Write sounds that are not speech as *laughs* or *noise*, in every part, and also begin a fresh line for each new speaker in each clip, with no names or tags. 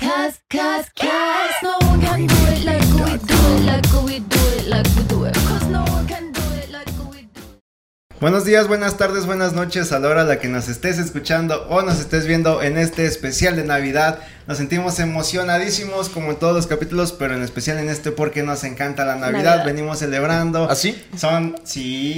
cause, cause, cause no one can do it like we do it, like we do it, like we do it. Cause no one can do it like we do it.
Buenos días, buenas tardes, buenas noches a la hora a la que nos estés escuchando o nos estés viendo en este especial de Navidad. Nos sentimos emocionadísimos como en todos los capítulos, pero en especial en este porque nos encanta la Navidad.
Navidad.
Venimos celebrando.
¿Así?
Son, sí,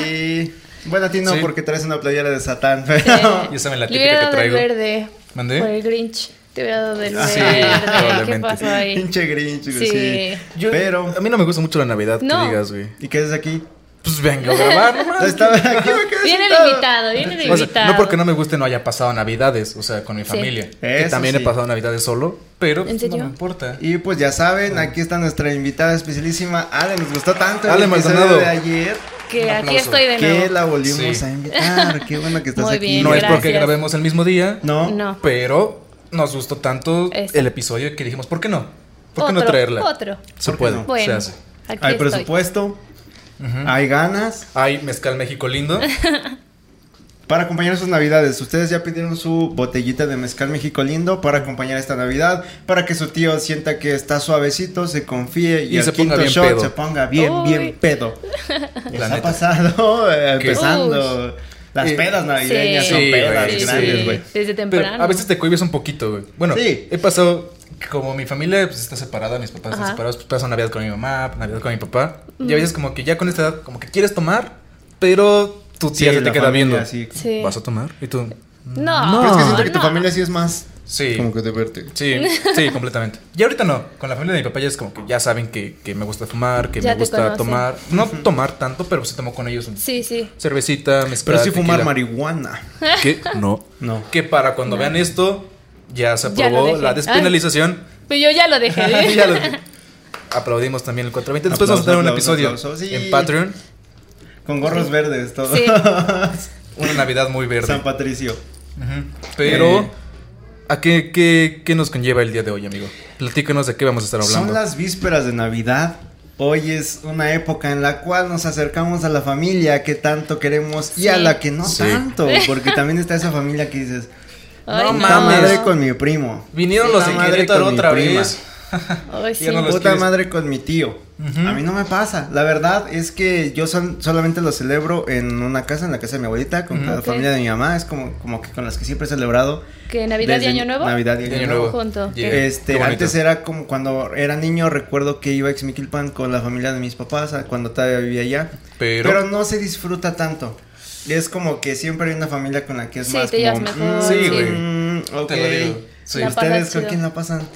sí. Bueno, a ti no,
Sí.
porque traes una playera de Satán, pero...
Ya saben la
Le hubiera
típica que
dado el
traigo.
verde.
¿Mandé?
Por el Grinch. Te hubiera dado el
Sí,
verde. ¿Qué
probablemente.
pasó
*laughs*
ahí?
Pinche Grinch, güey, sí.
Sí.
Yo-
Pero...
A mí no me gusta mucho la Navidad,
No.
que digas, güey.
¿Y qué haces aquí?
Pues vengo a grabar, no
*laughs*
mames.
Estaba aquí, me quedé
Viene
sentado.
limitado, viene
O
limitado.
sea, no porque no me guste no haya pasado navidades, o sea, con mi
Sí.
familia. Que
Eso
también
sí.
he pasado navidades solo, pero pues,
serio?
no me importa.
Y pues ya saben, aquí está nuestra invitada especialísima Ale, nos gustó tanto
Ale
el episodio
Maldonado.
de ayer
Que
Un
aquí
aplauso.
estoy de
que
nuevo.
la volvimos
Sí.
a invitar. Qué bueno que estás
Muy
aquí.
bien,
no es
gracias.
porque grabemos el mismo día,
No.
No.
pero nos gustó tanto
Es-
el episodio que dijimos, ¿por qué no? ¿Por qué no
Otro,
traerla?
Otro.
Se
¿Por qué
puede,
no?
se
Bueno,
hace.
aquí
Hay
estoy.
presupuesto, hay ganas
Hay mezcal
*laughs*
México lindo.
para acompañar sus navidades. Ustedes ya pidieron su botellita de mezcal México lindo para acompañar esta Navidad, para que su tío sienta que está suavecito, se confíe y,
Y
el
se ponga
quinto
bien
shot
pedo.
se ponga bien,
Uy.
bien
*laughs*
pedo. Les ha
neta.
pasado *laughs* eh,
¿Qué?
empezando. Las
Eh,
pedas navideñas
sí.
son
Sí,
pedas
güey,
grandes,
sí.
güey.
Desde
Pero
temprano.
a veces te cohibes un poquito, güey. Bueno,
Sí.
he pasado. Como mi familia pues, está separada, mis papás están
Ajá.
separados, pues paso Navidad con mi mamá, Navidad con mi papá. Y a veces, como que ya con esta edad, como que quieres tomar, pero tu
Sí,
tía se
la
te queda
familia,
viendo.
sí.
Sí.
¿Vas a tomar? ¿Y tú?
No.
No.
Pero es que siento que tu
no.
familia sí es más
Sí.
como que de verte.
Sí, sí, completamente. Y ahorita no. Con la familia de mi papá ya es como que ya saben que, que me gusta fumar, que
Ya
me
te
gusta
conocen.
tomar. No tomar tanto, pero sí tomo con ellos un
Sí, sí.
cervecita, mezcal.
Pero sí fumar
tequila. *laughs*
marihuana.
¿Qué? No.
No.
Que para cuando vean esto, ya se
Ya lo
aprobó
dejé.
la despenalización.
Pero yo ya lo dejé. ¿eh?
*laughs* Ya lo- Aplaudimos también el 420. Después
Aplausos,
vamos a tener un
aplausos,
episodio
aplausos, sí.
en Patreon.
Con gorros verdes, todo. *laughs*
Sí.
Una Navidad muy verde.
San Patricio.
Ujú. Pero,
Eh.
¿a qué, qué, qué nos conlleva el día de hoy, amigo? Platícanos de qué vamos a estar hablando.
Son las vísperas de Navidad. Hoy es una época en la cual nos acercamos a la familia que tanto queremos y a
Sí.
la que no
Sí.
tanto. Porque también está esa familia que
*laughs*
dices,
Ay,
No
no,
puta
mames.
madre con mi primo.
Vinieron
Sí.
los
La
de
madre
Querétaro
con mi
otra
prima.
vez.
Ay, sí.
Ya no lo- los
puta
quieres.
madre con mi tío.
Ujú.
A mí no me pasa. La verdad es que yo son- solamente lo celebro en una casa, en la casa de mi abuelita, con la
Ok.
familia de mi mamá. Es como, como que con las que siempre he celebrado.
¿Que Navidad y
desde
Año Nuevo?
Navidad y Año,
Año
Nuevo.
Nuevo.
Junto.
Yeah. Qué
Este,
bonito.
antes era como cuando era niño, recuerdo que iba a Xmiquilpan con la familia de mis papás a- cuando todavía vivía allá.
Pero-
no se disfruta tanto. Es como que siempre hay una familia con la que es
Sí,
más
te
como,
llevas mejor,
Sí, güey.
mm, ok.
Te lo digo. Sí.
¿Y
La
¿Ustedes
pasas
con
chido.
quién la pasan?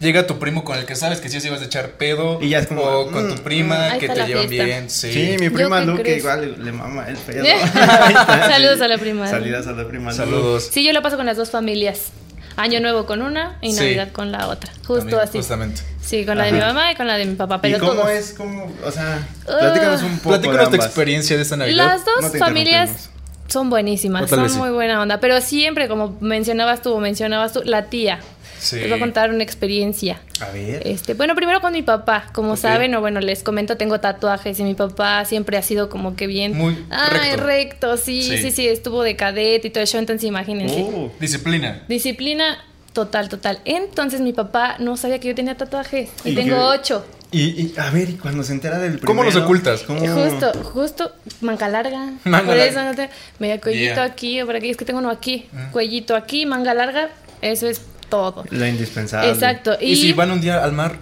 Llega tu primo con el que sabes que sí o sí vas a echar pedo.
Y ya es como,
o con
mm,
tu prima
Ahí
que
está
te
la
llevan
fiesta.
bien. Sí.
Sí, mi
¿Yo
prima
qué
Luke
crees?
igual le mama el pedo.
*laughs* Saludos a la prima.
Salidas a la prima. Luke.
Saludos.
Sí, yo la paso con las dos familias. Año Nuevo con una y
Sí.
Navidad con la otra. Justo
También,
así.
Justamente.
Sí,
Ah,
con la de mi
Ajá.
mamá y con la de mi papá. Pero
¿Y cómo
todos. Ah.
es? ¿Cómo? O sea, platícanos un poco. de
Platícanos tu
ambas.
experiencia de esta Navidad.
Las
No
dos
te
familias
interrumpimos.
son
O
buenísimas,
tal
son
vez sí.
muy buena onda. Pero siempre, como mencionabas tú, mencionabas tú, la tía.
Sí.
Les voy a contar una experiencia.
A ver.
Este, bueno, primero con mi papá, como
Ok.
saben, o bueno, les comento, tengo tatuajes y mi papá siempre ha sido como que bien.
Muy
Ay,
recto.
recto, sí,
Sí.
sí, sí, estuvo de cadete y todo eso, entonces imagínense.
Oh.
Disciplina.
Disciplina total, total. Entonces mi papá no sabía que yo tenía tatuajes y,
¿Y
tengo
qué?
ocho.
Y, y, a ver, y cuando se entera del primero.
¿Cómo los ocultas?
¿Cómo?
Justo, justo, manga larga.
Manga
por
larga.
eso no te- Mira, cuellito
Yeah. Mm.
aquí, o por aquí, es que tengo uno aquí. Cuellito aquí, manga larga, eso es todo.
Lo indispensable.
Exacto.
Y...
Y,
si van un día al mar,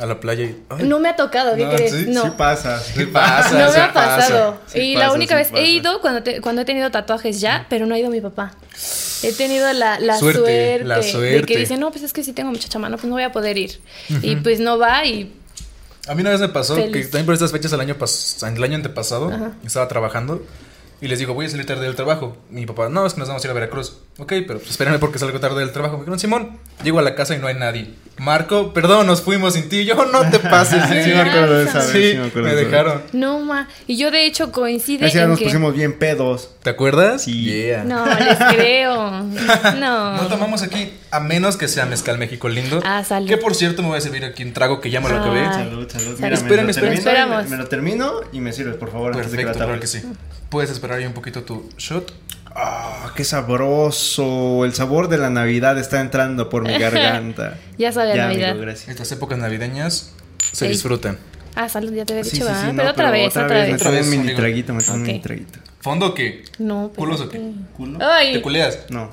a la playa y. ay,
no me ha tocado, ¿qué
No,
crees?
sí-
no.
Sí pasa, sí
Sí
pasa.
*laughs*
pasa,
no
sí
me ha pasado.
Sí
y
pasa,
la única
sí
vez
pasa.
he ido cuando, te- cuando he tenido tatuajes ya, pero no ha ido mi papá. He tenido la, la
Suerte,
suerte,
la
de
suerte.
que dice, no, pues es que si tengo mucha chamana, pues no voy a poder ir. Y pues no va y
A mí una vez me pasó que
Feliz.
también por estas fechas el año, pas- el año antepasado estaba trabajando y les digo, voy a salir tarde del trabajo. Mi papá, no, es que nos vamos a ir a Veracruz. Ok, pero pues, espérame porque salgo tarde del trabajo. Me dijeron, Simón, llego a la casa y no hay nadie. Marco, perdón, nos fuimos sin ti. Yo,
*laughs*
no te pases.
Sí,
sí,
me acuerdo de esa vez,
Sí,
sí me
me,
acuerdo de esa
dejaron.
no, ma. Y yo de hecho coincide
Ese día
en
nos
que...
pusimos bien pedos.
¿Te acuerdas?
Sí.
Yeah.
No, les
*laughs*
creo. No.
No tomamos aquí, a menos que sea Mezcal México lindo.
Ah, salud.
Que por cierto me voy a servir aquí un trago que ya me lo
Ah.
acabé.
Ay.
Salud, salud.
Salud.
Mira,
Espérame,
me, lo
espérame.
termino, y-
Esperamos.
me lo termino y me sirves, por favor, antes de que la
Perfecto,
tarde.
claro que sí. Puedes esperar ahí un poquito tu shot.
Ah, qué sabroso. El sabor de la Navidad está entrando por
*laughs*
mi garganta.
Ya sabe a
ya,
Navidad.
amigo, gracias.
Estas épocas navideñas se
Sí.
disfrutan.
Ah, salud, ya te había
Sí,
dicho,
sí, sí,
¿verdad?
no,
pero otra vez, otra vez.
Me tomé un mini
amigo.
traguito, me tomé un
Ok.
mini traguito.
¿Fondo o qué?
No, pero.
¿Culos o qué?
¿Culo?
Ay.
¿Te culeas?
Ah. No.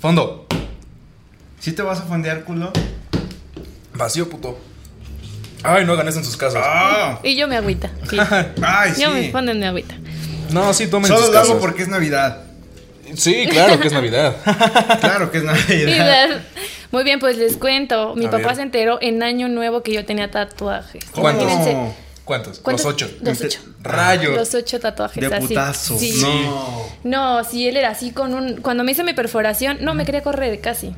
Fondo.
¿Sí te vas a fondear, culo?
Vacío, puto. Ay, no hagan eso en sus casas.
¡Ah!
Y yo me
*laughs*
agüita. Sí.
¡Ay,
Yo me
sí!
ponen mi
*laughs*
agüita.
No, sí, tomen en
Solo
sus
lo
casas.
hago porque es Navidad.
Sí, claro que es Navidad.
*laughs*
Claro que es
Y
Navidad.
las- Muy bien, pues les cuento. Mi
A
papá
ver.
se enteró en año nuevo que yo tenía tatuajes.
¿Cómo?
Imagínense.
¿Cuántos?
¿Cuántos?
Los ocho.
Los ocho.
Rayos.
Los ocho tatuajes.
De
así.
putazo.
Sí.
No.
No, si él era así con un. Cuando me hice mi perforación, no me quería correr casi.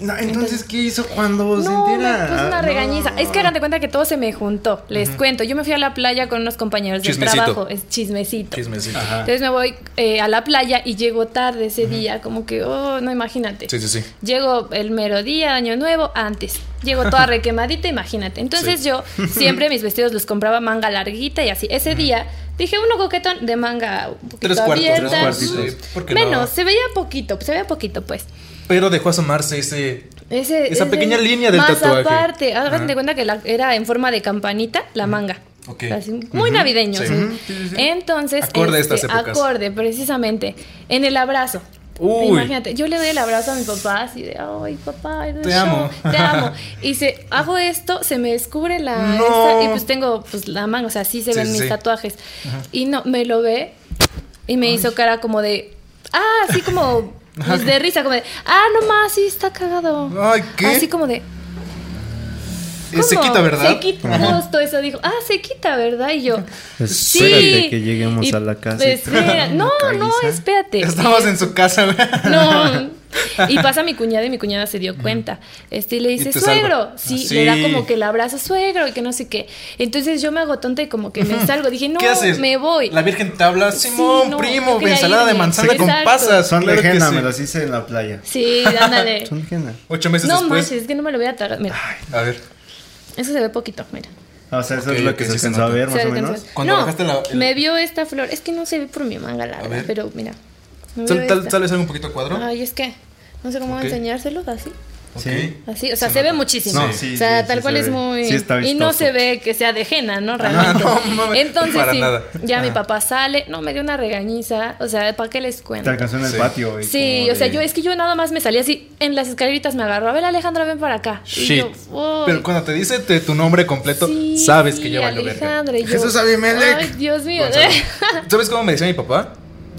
No, Entonces, ¿qué hizo cuando se
No, me
entera? Ah,
puso una
Pues, No.
regañiza. Es que hagan de cuenta que todo se me juntó. Les cuento. Yo me fui a la playa con unos compañeros de
Chismecito.
trabajo. Es chismecito.
Chismecito.
Ajá.
Entonces me voy eh, a la playa y llego tarde ese día. Como que, oh, no imagínate.
Sí, sí, sí.
Llego el mero día, año nuevo, antes. Llego toda
*laughs*
requemadita, imagínate. Entonces
Sí. *laughs*
yo siempre mis vestidos los compraba manga larguita y así. Ese día dije uno coquetón de manga un poquito
Tres cuartos.
abierta.
Tres cuartitos.
mm,
Sí, ¿por qué no?
Menos, se veía poquito, se veía poquito pues.
Pero dejó asomarse ese.
Ese-
Esa
ese-
pequeña línea del
más
tatuaje.
aparte, hagan de
Ajá.
cuenta que la- era en forma de campanita la manga.
Ok.
Así, muy navideño.
Sí.
sí.
Ujú.
Entonces, este,
Acorde a estas épocas.
acorde, precisamente. En el abrazo.
Uy.
Imagínate, yo le doy el abrazo a mi papá así de, ay papá, eres
Te
yo,
amo."
te
*laughs*
amo. Y se, hago esto, se me descubre la
No.
esta, y pues tengo pues la manga, o sea, sí se
Sí,
ven
sí,
mis
sí.
tatuajes. Y no, me lo ve y me hizo cara como de, ah, así
*laughs*
como pues, de risa, como de, ah, no más, sí está cagado.
Ay, ¿qué?
Así como de,
Eh, Se
¿cómo?
quita, ¿verdad?
Se quita, justo eso dijo. Ah, se quita, ¿verdad? Y yo. Sí.
Espérate que lleguemos a la casa y te
espera-
hagan
*laughs*
No,
una
no,
caliza.
espérate.
Estabas en su casa, güey.
*laughs*
*laughs*
No. Y pasa mi cuñada y mi cuñada se dio cuenta. Este, y le dice,
te salva.
suegro.
Ah,
Sí, le da
Sí.
como que el abrazo, suegro, y que no sé qué. Entonces yo me hago tonta y como que me salgo. Dije, no,
¿Qué haces?
me voy.
La Virgen te habla,
Sí,
Simón,
no, yo
primo,
quería
ensalada de
irme.
manzana
Sí.
con
Exacto.
pasas.
Son
claro que
legena,
sí.
me las hice en la playa.
Sí,
*laughs*
ándale.
Son legena.
Ocho meses
No
después.
manches, es que no me lo voy a tragar. Mira,
A ver.
eso se ve poquito, mira.
O sea, eso
Ok,
es lo
ok,
que se
sí se
alcanzó a
nota.
ver, más
Se
o
alcanzó.
menos.
Cuando
No,
bajaste la- el-
Me vio esta flor. Es que no se ve por mi manga
A
larga,
ver.
pero mira. me
Sal-
vio
tal-
esta.
¿Sales algo un poquito cuadro?
Ay, es que no sé cómo
Ok.
enseñárselo así.
Ok.
Sí.
Así, o sea,
Se
se,
nota.
ve muchísimo.
No, sí,
o sea,
sí,
tal
sí
cual
se
es
ve.
muy
Sí está
y no
vistoso.
se ve que sea de ajena,
*laughs*
¿no? Realmente.
Ah, no mames,
Entonces
para
sí,
nada. Ah.
ya mi
Ajá.
papá sale, no me dio una regañiza, o sea, ¿para qué les
Te
cuento?
alcanzó en el
Sí.
patio. güey,
Sí,
como
o sea,
de-
yo es que yo nada más me salía así en las escaleritas me agarró, a ver Alejandra ven para acá. Y
Shit.
yo, "Uy".
Pero cuando te dice te- tu nombre completo,
Sí,
sabes que ya valió verga.
Alejandra, y yo,
Jesús Abimelec.
Ay, Dios mío. *laughs*
*laughs*
Gonzalo. ¿Sabes cómo me decía mi papá?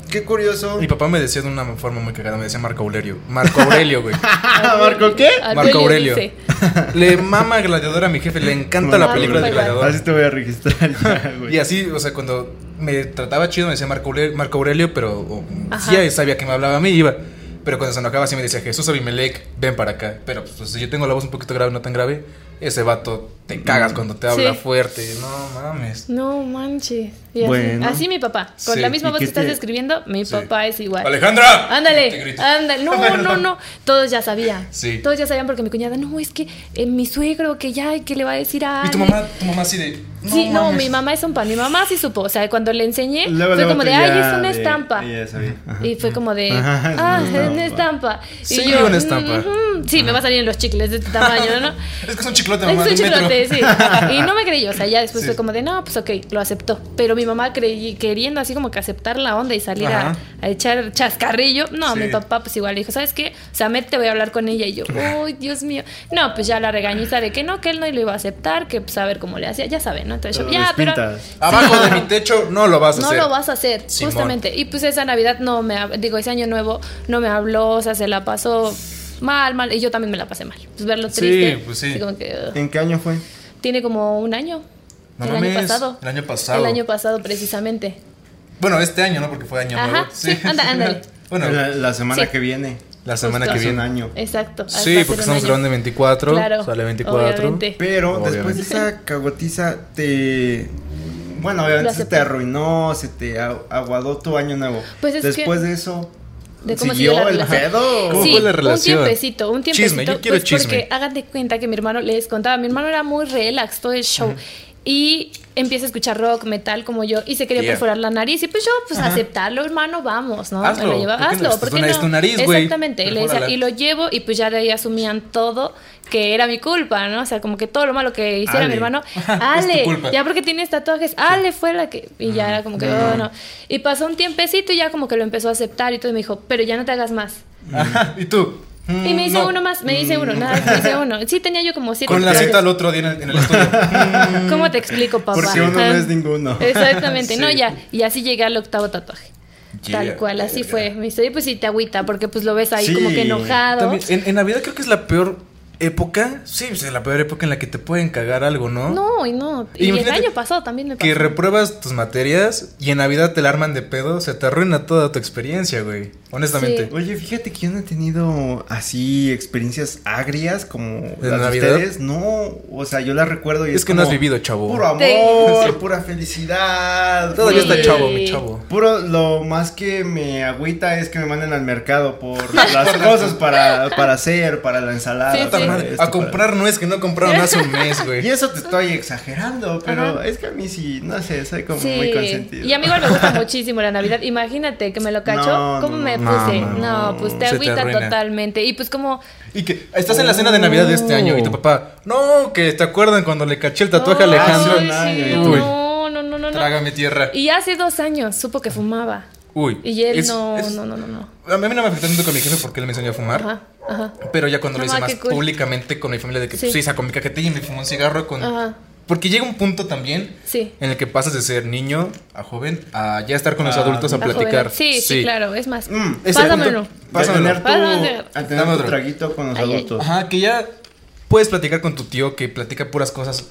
Qué curioso.
Mi papá me decía de una forma muy cagada, me decía Marco Aurelio. Marco
*laughs*
Aurelio, güey.
Ah, ¿Marco qué?
Marco Aurelio.
dice.
*laughs* Le mama Gladiador a mi jefe, le encanta la
Marco
película de
Aurelio.
Gladiador.
Así te voy a registrar ya, *laughs* güey.
Y así, o sea, cuando me trataba chido me decía Marco Aurelio, Marco Aurelio pero o,
Ajá.
sí ya sabía que me hablaba a mí, iba. Pero cuando se enojaba sí me decía, Jesús Abimelec, ven para acá. Pero pues, si yo tengo la voz un poquito grave, no tan grave, ese vato te cagas cuando te habla
Sí.
fuerte. No mames.
No manches. Y así,
Bueno.
así mi papá. Con
Sí.
la misma
¿Y este-
voz
qué
que estás
te-
describiendo, mi
Sí.
papá es igual.
¡Alejandra! Te
Ándale,
grita.
ándale. No,
*laughs*
no, no. Todos ya sabían.
Sí.
Todos ya sabían porque mi cuñada, no, es que eh, mi suegro, que ya, que le va a decir a.
Y tu
Alex".
mamá, tu mamá así de.
sí, no,
mames".
mi mamá es un pan. Mi mamá sí supo. O sea, cuando le enseñé,
Luego,
¿Eh? fue
luego
como
tú
de, ay,
ya
es una
de-
estampa.
y ya sabía. Ajá.
Y fue como de,
Ajá, es una
ah, es una
estampa.
estampa. Y
Sí, una estampa.
"Ujú". Sí, me va a salir en los chicles de este
*laughs*
tamaño, ¿no?
Es que es un chiclote,
Es
mamá.
un
de metro.
chilote, sí. Y no me creyó, o sea, ya después
Sí.
fue como de, no, pues ok, lo aceptó. Pero mi mamá creí, queriendo así como que aceptar la onda y salir a,
Ajá.
a echar chascarrillo. No,
Sí.
mi papá pues igual le dijo, ¿sabes qué? O sea, me te voy a hablar con ella.
*laughs*
Y yo, uy, Dios mío. No, pues ya la regañiza de que no, que él no lo iba a aceptar, que pues a ver cómo le hacía, ya saben, ¿no? Entonces yo,
Todo
ya, pero
despintas.
*laughs* Abajo de mi techo no lo vas a
no
hacer.
lo vas a hacer,
Simón.
justamente. Y pues esa Navidad no me, hab- digo, ese año nuevo no me habló, o sea, se la pasó mal, mal. Y yo también me la pasé mal. Pues verlo
Sí,
triste.
pues, sí.
así como que, ugh.
¿En qué año fue?
Tiene como un año.
No
el
mames,
año pasado.
el año pasado.
El año pasado, precisamente.
Bueno, este año, ¿no? Porque fue año
Ajá,
nuevo.
sí,
*laughs*
anda, ándale.
bueno,
la, la semana
sí.
que viene.
la semana
Justo.
que
Hace un
viene.
año.
Exacto. hasta
Sí,
hacer un
porque estamos
año.
grabando en 24.
Claro,
sale 24.
obviamente.
Pero
Obviamente.
después de esa cagotiza te... Bueno, obviamente
Lo
se
acepté.
te arruinó, se te a- aguadó tu año nuevo.
Pues es que-
después de eso...
De cómo
¿Siguió
siguió la
el
relación.
pedo?
¿Cómo
sí,
fue la relación?
Un tiempecito, un tiempecito.
Chisme, yo quiero
pues,
chisme.
Porque hagan de cuenta que mi hermano les contaba, mi hermano era muy relax todo el show. Y empieza a escuchar rock, metal como yo. Y se quería
Yeah.
perforar la nariz. Y pues yo, pues
Ajá.
aceptarlo, hermano, vamos, ¿no?
Hazlo,
Me lo lleva-
¿por qué no?
hazlo.
Pues,
¿por
tu
qué
nariz,
no?
tu nariz, güey.
Exactamente. Y, le decía-
Perfórala.
y lo llevo y pues ya de ahí asumían todo que era mi culpa, ¿no? O sea, como que todo lo malo que hiciera
Ale.
mi hermano,
*laughs* Es tu
Ale,
culpa.
ya porque tienes tatuajes, Ale fue la que y ya era como que oh, no. Y pasó un tiempecito y ya como que lo empezó a aceptar y todo y me dijo, "Pero ya no te hagas más."
Ajá, *laughs* ¿Y tú? Mm,
Y me hice
no. Mm.
uno más, me hice uno, nada, me
*laughs*
hice uno. Sí, tenía yo como siete.
Con la
tatuajes. Mm.
cita al otro día en el, en
*laughs*
el estudio. Mm.
¿Cómo te explico, papá?
Porque uno no
Ajá.
es ninguno.
Exactamente, no,
Sí.
ya. Y así llegué al octavo tatuaje.
Yeah,
Tal cual, así
verga.
fue mi historia. Y Pues sí, te agüita, porque pues lo ves ahí
Sí.
como que enojado.
También, en, en Navidad creo que es la peor época. Sí, pues, es la peor época en la que te pueden cagar algo, ¿no?
No, y no. Y,
Y
el
imagínate
año pasado también me pasó.
Que repruebas tus materias y en Navidad te la arman de pedo. Se te arruina toda tu experiencia, güey. Honestamente.
Sí.
Oye, fíjate que yo no he tenido así experiencias agrias como las de
Navidad?
ustedes. No, o sea, yo las recuerdo y
Es que no
como
has vivido, chavo.
Puro
Sí.
amor, pura felicidad.
Todavía
puro-
está chavo, mi
Sí.
chavo.
Puro, lo más que me agüita es que me manden al
*laughs*
mercado por las cosas para, para hacer, para la ensalada.
Sí,
Puta
para
madre,
esto, para-
A comprar no es que no compraron hace un mes,
*laughs* Y
güey.
eso te estoy exagerando, pero
Ajá.
es que a mí sí, no sé, soy como
Sí.
muy consentido.
Y a mí igual me
*laughs*
gusta muchísimo la Navidad. Imagínate que me lo cachó.
No,
¿Cómo
no,
me
no.
puse?
No,
No,
no,
pues
se
te
te
agüita
arruina.
totalmente. Y pues como.
Y que estás en la cena de Navidad de este año y tu papá, no, que te acuerdan cuando le caché el tatuaje a
"Ay,
Alejandro.
un año
sí,
y
tú,
no, no, no, no, no.
Trágame tierra.
Y hace dos años supo que fumaba.
Uy.
Y él
es-
no,
es-
no, no, no, no.
A mí no me afectó tanto con mi jefe porque él me enseñó a fumar.
Ajá, ajá.
Pero ya cuando lo
Ah,
hice
qué
más
cool.
públicamente con mi familia, de que
Sí.
pues, sí, sacó mi cajetilla y me fumó un cigarro con.
Ajá.
Porque llega un punto también
Sí.
en el que pasas de ser niño a joven a ya estar con los
Ah,
adultos a
La
platicar.
joven. Sí, sí, claro, es más.
Mm,
ese
Pásamelo.
punto.
Vas a tener
Pásamelo.
tu,
Pásamelo.
a tener tu
Dame otro.
traguito con los
Ay, ay.
adultos.
Ajá, que ya puedes platicar con tu tío que platica puras cosas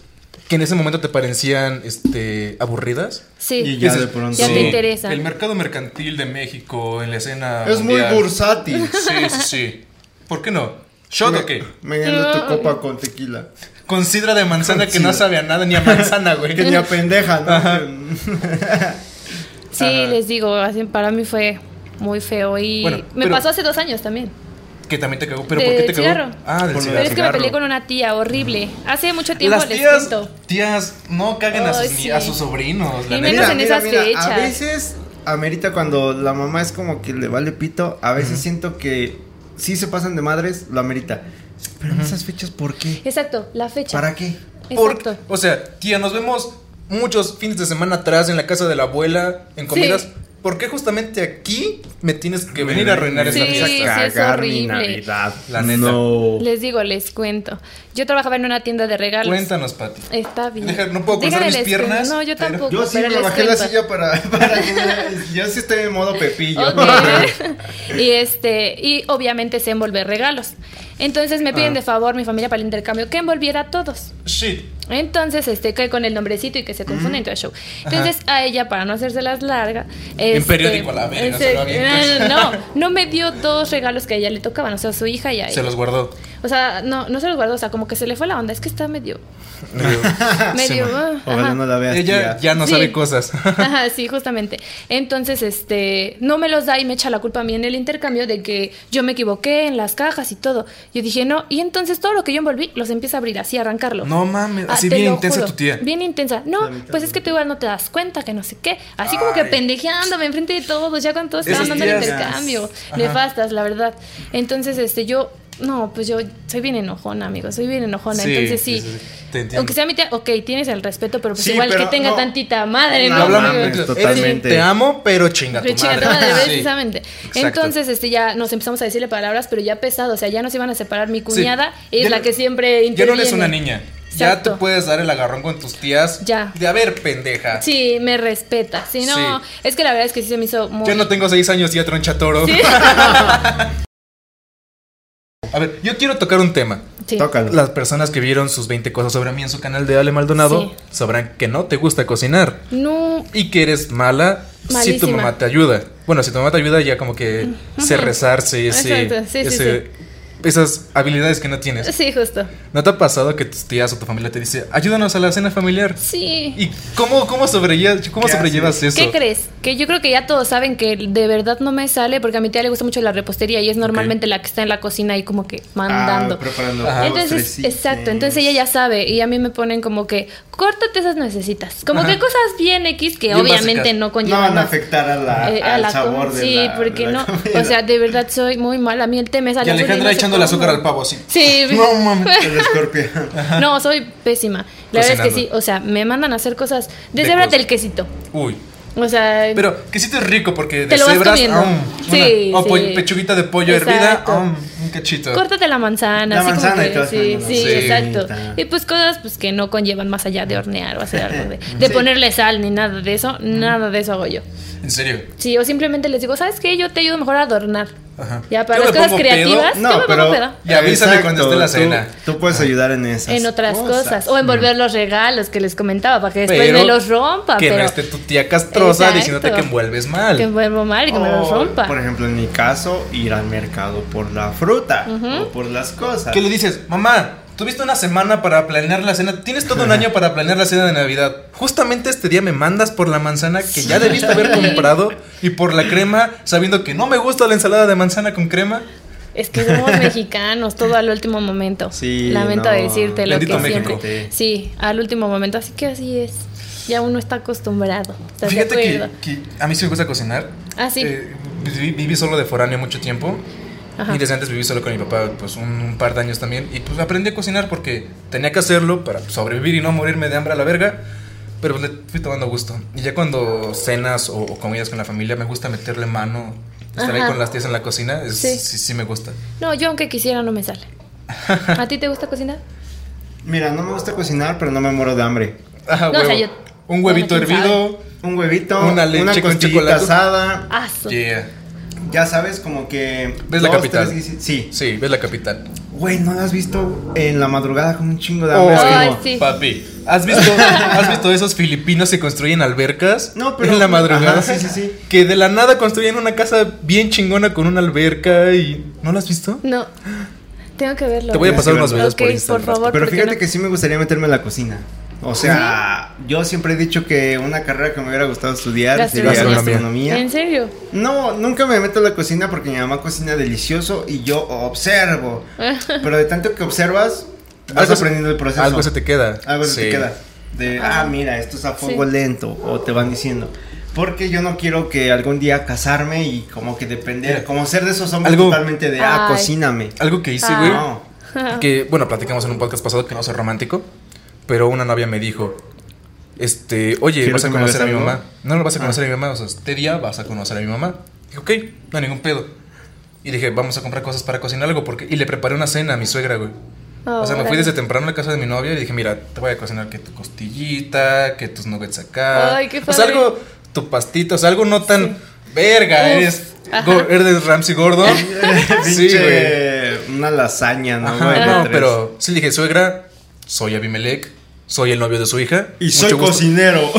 que en ese momento te parecían este aburridas.
Sí.
Y ya de pronto.
Ya
Sí.
te interesa.
El mercado mercantil de México en la escena.
Es muy
mundial.
bursátil.
Sí, sí, sí. ¿por qué no? ¿Shot o qué?
Me gano tu
No.
copa con tequila.
Con sidra de manzana
Con
que no
sidra.
sabe a nada ni a manzana,
*laughs*
güey.
Que ni a pendeja, ¿no?
Sí, les digo, así, para mí fue muy feo. Y
Bueno,
me
pero-
pasó hace dos años también.
Que también te cagó. ¿Pero por
Del
qué te cagó?
cigarro.
Ah, del
Por lo
cigarro.
Pero es que me peleé
cigarro.
con una tía horrible. Hace mucho tiempo
Las
les
tías,
cuento.
tías, no caguen a,
Ay,
sus, ni-
sí.
a sus sobrinos, la
Y
neta.
menos en esas
A
fechas.
veces, amerita cuando la mamá es como que le vale pito, a veces siento que sí se pasan de madres, lo amerita. Pero en esas fechas, ¿por qué?
Exacto, la fecha.
¿Para qué?
Porque-
Exacto.
o sea, tía, nos vemos muchos fines de semana atrás en la casa de la abuela, en comidas.
Sí.
¿Por qué justamente aquí me tienes que venir a arruinar
Sí,
esa fiesta?
sí, es horrible.
La neta.
No.
Les digo, les cuento. Yo trabajaba en una tienda de regalos.
Cuéntanos, Pati.
Está bien.
Deja- no puedo cruzar
Déjale,
mis
les cuento.
piernas,
No, yo
pero-
tampoco.
Yo sí
pero
me
les
bajé la
cuento.
silla para, *laughs* para que- Yo sí estoy en modo pepillo.
Ok. *laughs* y este, y obviamente se envolver regalos. Entonces me
Ah.
piden de favor mi familia para el intercambio que envolviera a todos.
Shit.
Entonces, este, que con el nombrecito y que se confunde en todo el show. Entonces, a ella, para no hacérselas larga. este,
periódico a la verga, se lo avientas.
*laughs* No, no me dio dos regalos que a ella le tocaban, o sea, su hija y a
Se
ella.
los guardó.
O sea, no, no se los guardó, o sea, como que se le fue la onda. Es que está medio. *laughs*
Sí,
medio.
ma.
ah,
*laughs* Ojalá
ajá.
no la veas.
Ella
tía.
ya no
Sí.
sabe cosas. *laughs*
Ajá, sí, justamente. Entonces, este, no me los da y me echa la culpa a mí en el intercambio de que yo me equivoqué en las cajas y todo. Yo dije, no, y entonces todo lo que yo envolví los empieza a abrir así, a arrancarlo.
No mames,
Ah,
así
te
bien
lo
intensa
juro,
tu tía.
Bien intensa. No, pues es que tú igual no te das cuenta, que no sé qué. Así como que
Ay.
pendejeándome enfrente de todos, ya cuando todos
Esas
estaban dando el
tías.
intercambio.
Ajá.
Nefastas, la verdad. Entonces, este, yo, no, pues yo soy bien enojona, amigo, soy bien enojona.
Sí,
entonces sí.
sí, sí, sí, te entiendo.
Aunque sea mi tía, ok, tienes el respeto, pero pues
Sí,
igual
pero
que tenga
no.
tantita madre,
No,
¿no?
hablamos
amigo?
de
Eres-
totalmente.
Te amo, pero chinga tu
Pero chinga
madre.
tu madre, ¿ves?
*laughs* Sí.
precisamente.
Exacto.
Entonces, este, ya nos empezamos a decirle palabras, pero ya pesado, o sea, ya nos iban a separar. Mi cuñada
Sí.
es
Ya
la
no-
que siempre
Ya no
interviene.
eres una niña. Ya
Exacto.
te puedes dar el agarrón con tus tías.
Ya.
De haber pendeja.
Sí, me respeta. Si no,
Sí.
es que la verdad es que sí se me hizo muy.
Yo no tengo seis años y ya troncha toro. *laughs* A ver, yo quiero tocar un tema.
Sí.
Tócalo.
Las personas que vieron sus 20 cosas sobre mí en su canal de Ale Maldonado
Sí.
sabrán que no te gusta cocinar
No.
y que eres mala si tu
Malísima.
mamá te ayuda. Bueno, si tu mamá te ayuda ya como que se rezarse ese,
Exacto, sí, sí,
ese esas habilidades que no tienes.
Sí, justo.
¿No te ha pasado que tus tías o tu familia te dice, ayúdanos a la cena familiar?
Sí.
¿Y cómo, cómo, sobrelle- cómo
¿Qué
sobrellevas eso?
¿Qué crees? Que yo creo que ya todos saben que de verdad no me sale porque a mi tía le gusta mucho la repostería y es normalmente la que está en la cocina y como que mandando.
Ah, preparando
Ajá.
Entonces,
postrecitos.
exacto, entonces ella ya sabe y a mí me ponen como que córtate esas necesitas. Como
Ajá.
que cosas bien X que
Bien
obviamente
básicas.
no
No
conllevan
van a
más.
afectar a la,
Eh, a
al
la
sabor
com-
de
Sí,
la- de
porque
la
no.
comida.
O
*laughs*
sea, de verdad soy muy mala. A mí el té me sale
Y
azul no
Alejandra
sé
echando el
cómo.
azúcar al pavo así.
Sí,
*laughs*
pues,
No mames, el escorpión.
*laughs* no, soy pésima. La verdad es que sí,
Cocinando.
o sea, me mandan a hacer cosas.
De
Deshébrate
cosas.
el quesito.
Uy.
O sea,
Pero quesito es rico porque
Te lo vas
deshebras.
comiendo.
¡am!
Sí,
O po-
sí.
pechuguita de pollo
Exacto.
hervida. ¡am! Un cachito.
córtate la manzana.
La
así como
manzana y
que-
te vas
sí,
comiendo la
sí,
manzanita.
exacto. Y pues cosas pues que no conllevan más allá de hornear o hacer algo.
*laughs*
De, de
Sí.
ponerle sal ni nada de eso. Nada de eso hago yo.
En serio.
Sí, o simplemente les digo, ¿sabes qué? Yo te ayudo mejor a adornar.
Ajá.
Ya, para
Yo
las
me
cosas
pongo pedo.
creativas, yo me pongo pedo.
Y avísame
Exacto,
cuando esté la
tú-
cena. Ah.
Tú, puedes ayudar en esas.
En otras cosas. O envolver los regalos que les comentaba para que después
Pero
me los rompa.
Que
pero
no esté tu tía castrosa
Exacto.
diciéndote que envuelves mal. Oh,
Que envuelvo mal y que me los
O,
rompa.
Por ejemplo, en mi caso, ir al mercado por la fruta o por las cosas.
¿Qué le dices? Mamá, tuviste una semana para planear la cena. Tienes todo un año para planear la cena de Navidad. Justamente este día me mandas por la manzana que ya debiste haber comprado y por la crema, sabiendo que no me gusta la ensalada de manzana con crema.
Es que
*laughs*
somos mexicanos, todo al último momento.
Sí,
Lamento
no.
decirte lo
Bendito
que
México.
siempre. Sí, al último momento, así que así es. Ya uno está acostumbrado. ¿Estás
Fíjate
de
que,
acuerdo?
que a mí sí me gusta cocinar.
Ah, sí.
Eh, viví, viví solo de foráneo mucho tiempo.
Ajá.
Y desde antes viví solo con mi papá, pues un, un par de años también. Y pues aprendí a cocinar porque tenía que hacerlo para sobrevivir y no morirme de hambre a la verga. Pero pues, le fui tomando gusto. Y ya cuando cenas o, o comidas con la familia, me gusta meterle mano. Estar ahí
Ajá.
con las tías en la cocina, es- sí.
Sí.
sí, me gusta.
No, yo aunque quisiera no me
*laughs*
sale. ¿A ti te gusta cocinar?
Mira, no me gusta cocinar, pero no me muero de hambre.
Ajá,
No, o sea,
Ah, huevo.
yo-
un huevito
bueno, quién
hervido.
Un huevito,
Una
una,
leche con
costillita
chocolate.
asada.
Aso.
Yeah.
Ya sabes, como que.
¿Ves la
dos,
capital?
tres, y- sí.
Sí, ves la capital.
Güey, ¿no la has visto en la madrugada con un chingo de hambre?
Oh,
Es
Ay,
como-
sí.
Papi, ¿has visto, ¿has visto esos filipinos que construyen albercas
No, pero-
en la madrugada?
Ajá, sí, sí, sí.
Que de la nada construyen una casa bien chingona con una alberca y... ¿No lo has visto?
No. Tengo que verlo.
Te voy a
Ya
pasar
sí,
unos
lo-
videos por
Ok, por
Instagram.
favor.
Pero
¿por qué
fíjate
no?
que sí me gustaría meterme en la cocina. O sea, yo siempre he dicho que una carrera que me hubiera gustado estudiar
este
sería
Gastronomía.
gastronomía.
¿En serio?
No, nunca me meto a la cocina porque mi mamá cocina delicioso y yo observo. Pero de tanto que observas, vas
Algo se-
aprendiendo el proceso.
Algo se te queda.
Algo se te
Sí.
queda. De, ah, mira, esto es a fuego
Sí.
lento. O te van diciendo. Porque yo no quiero que algún día casarme y como que depender,
Mira,
como ser de esos hombres
algo-
totalmente de, ah,
Ay.
cocíname.
Algo que hice,
Ah.
güey.
No.
Que, bueno, platicamos en un podcast pasado que no soy romántico. Pero una novia me dijo... Este, oye,
Quiero
vas a
que me
conocer a
hagas
mi
algo.
mamá. No, no vas a conocer a mi mamá. O sea, este día vas a conocer a mi mamá. Dije, ok, no hay ningún pedo. Y dije, vamos a comprar cosas para cocinar algo. Porque... Y le preparé una cena a mi suegra, güey. O sea, me fui
Órale.
desde temprano a la casa de mi novia y dije, mira, te voy a cocinar que tu costillita, que tus nuggets acá.
Ay, qué
O sea,
padre.
algo, tu pastito, o sea, algo no tan verga,
Uf,
eres,
ajá.
go- eres
*laughs*
Ramsey Gordon. sí, güey.
Pinche, una lasaña, ¿no?
Ajá,
güey? De
no,
tres.
Ah, pero sí dije, suegra, soy Abimelech, soy el novio de su hija.
Y
mucho
soy
gusto". *laughs*
cocinero.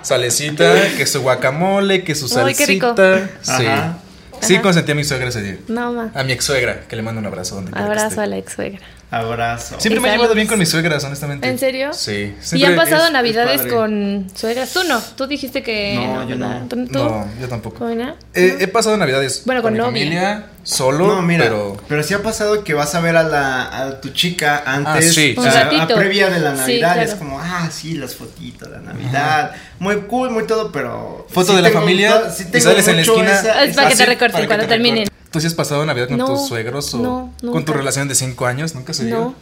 Salecita, que su guacamole, que su
Ay, qué rico.
salsita. Sí.
Ajá.
Sí,
Ajá.
consentí a mi suegra ese día.
No, ma.
A mi ex suegra, que le mando un abrazo. donde quiera Ah, que
Abrazo
esté.
a la ex suegra.
Abrazo.
Siempre me he
Y
llevado
saludos.
bien con mis suegras, honestamente.
¿En serio?
Sí.
¿Y
Siempre
han pasado
es-
navidades
padre.
con suegras? Tú no, tú dijiste que...
No, yo no.
¿verdad? ¿Tú?
No, yo tampoco.
¿Cómo era?
He, he pasado navidades
Bueno,
con,
con
mi
novia.
familia, solo,
No, mira,
pero...
pero... sí ha pasado que vas a ver a, la, a tu chica antes,
Ah, sí,
o
sí,
sea,
sí. Un
a
ratito.
previa de la
Sí,
Navidad,
claro.
es como, ah, sí, las fotitos, la Navidad, muy cool, muy todo, pero...
Foto
sí
de la
tengo
familia
to- sí
y
tengo
sales en la
mucho
esquina.
esa-
Ah, Es para que
esa-
te recorten
para que
cuando
te recorten.
terminen.
¿Tú sí has pasado navidad con
No,
tus suegros o
no,
con
nunca.
tu relación de 5 años? Nunca se dio.
No.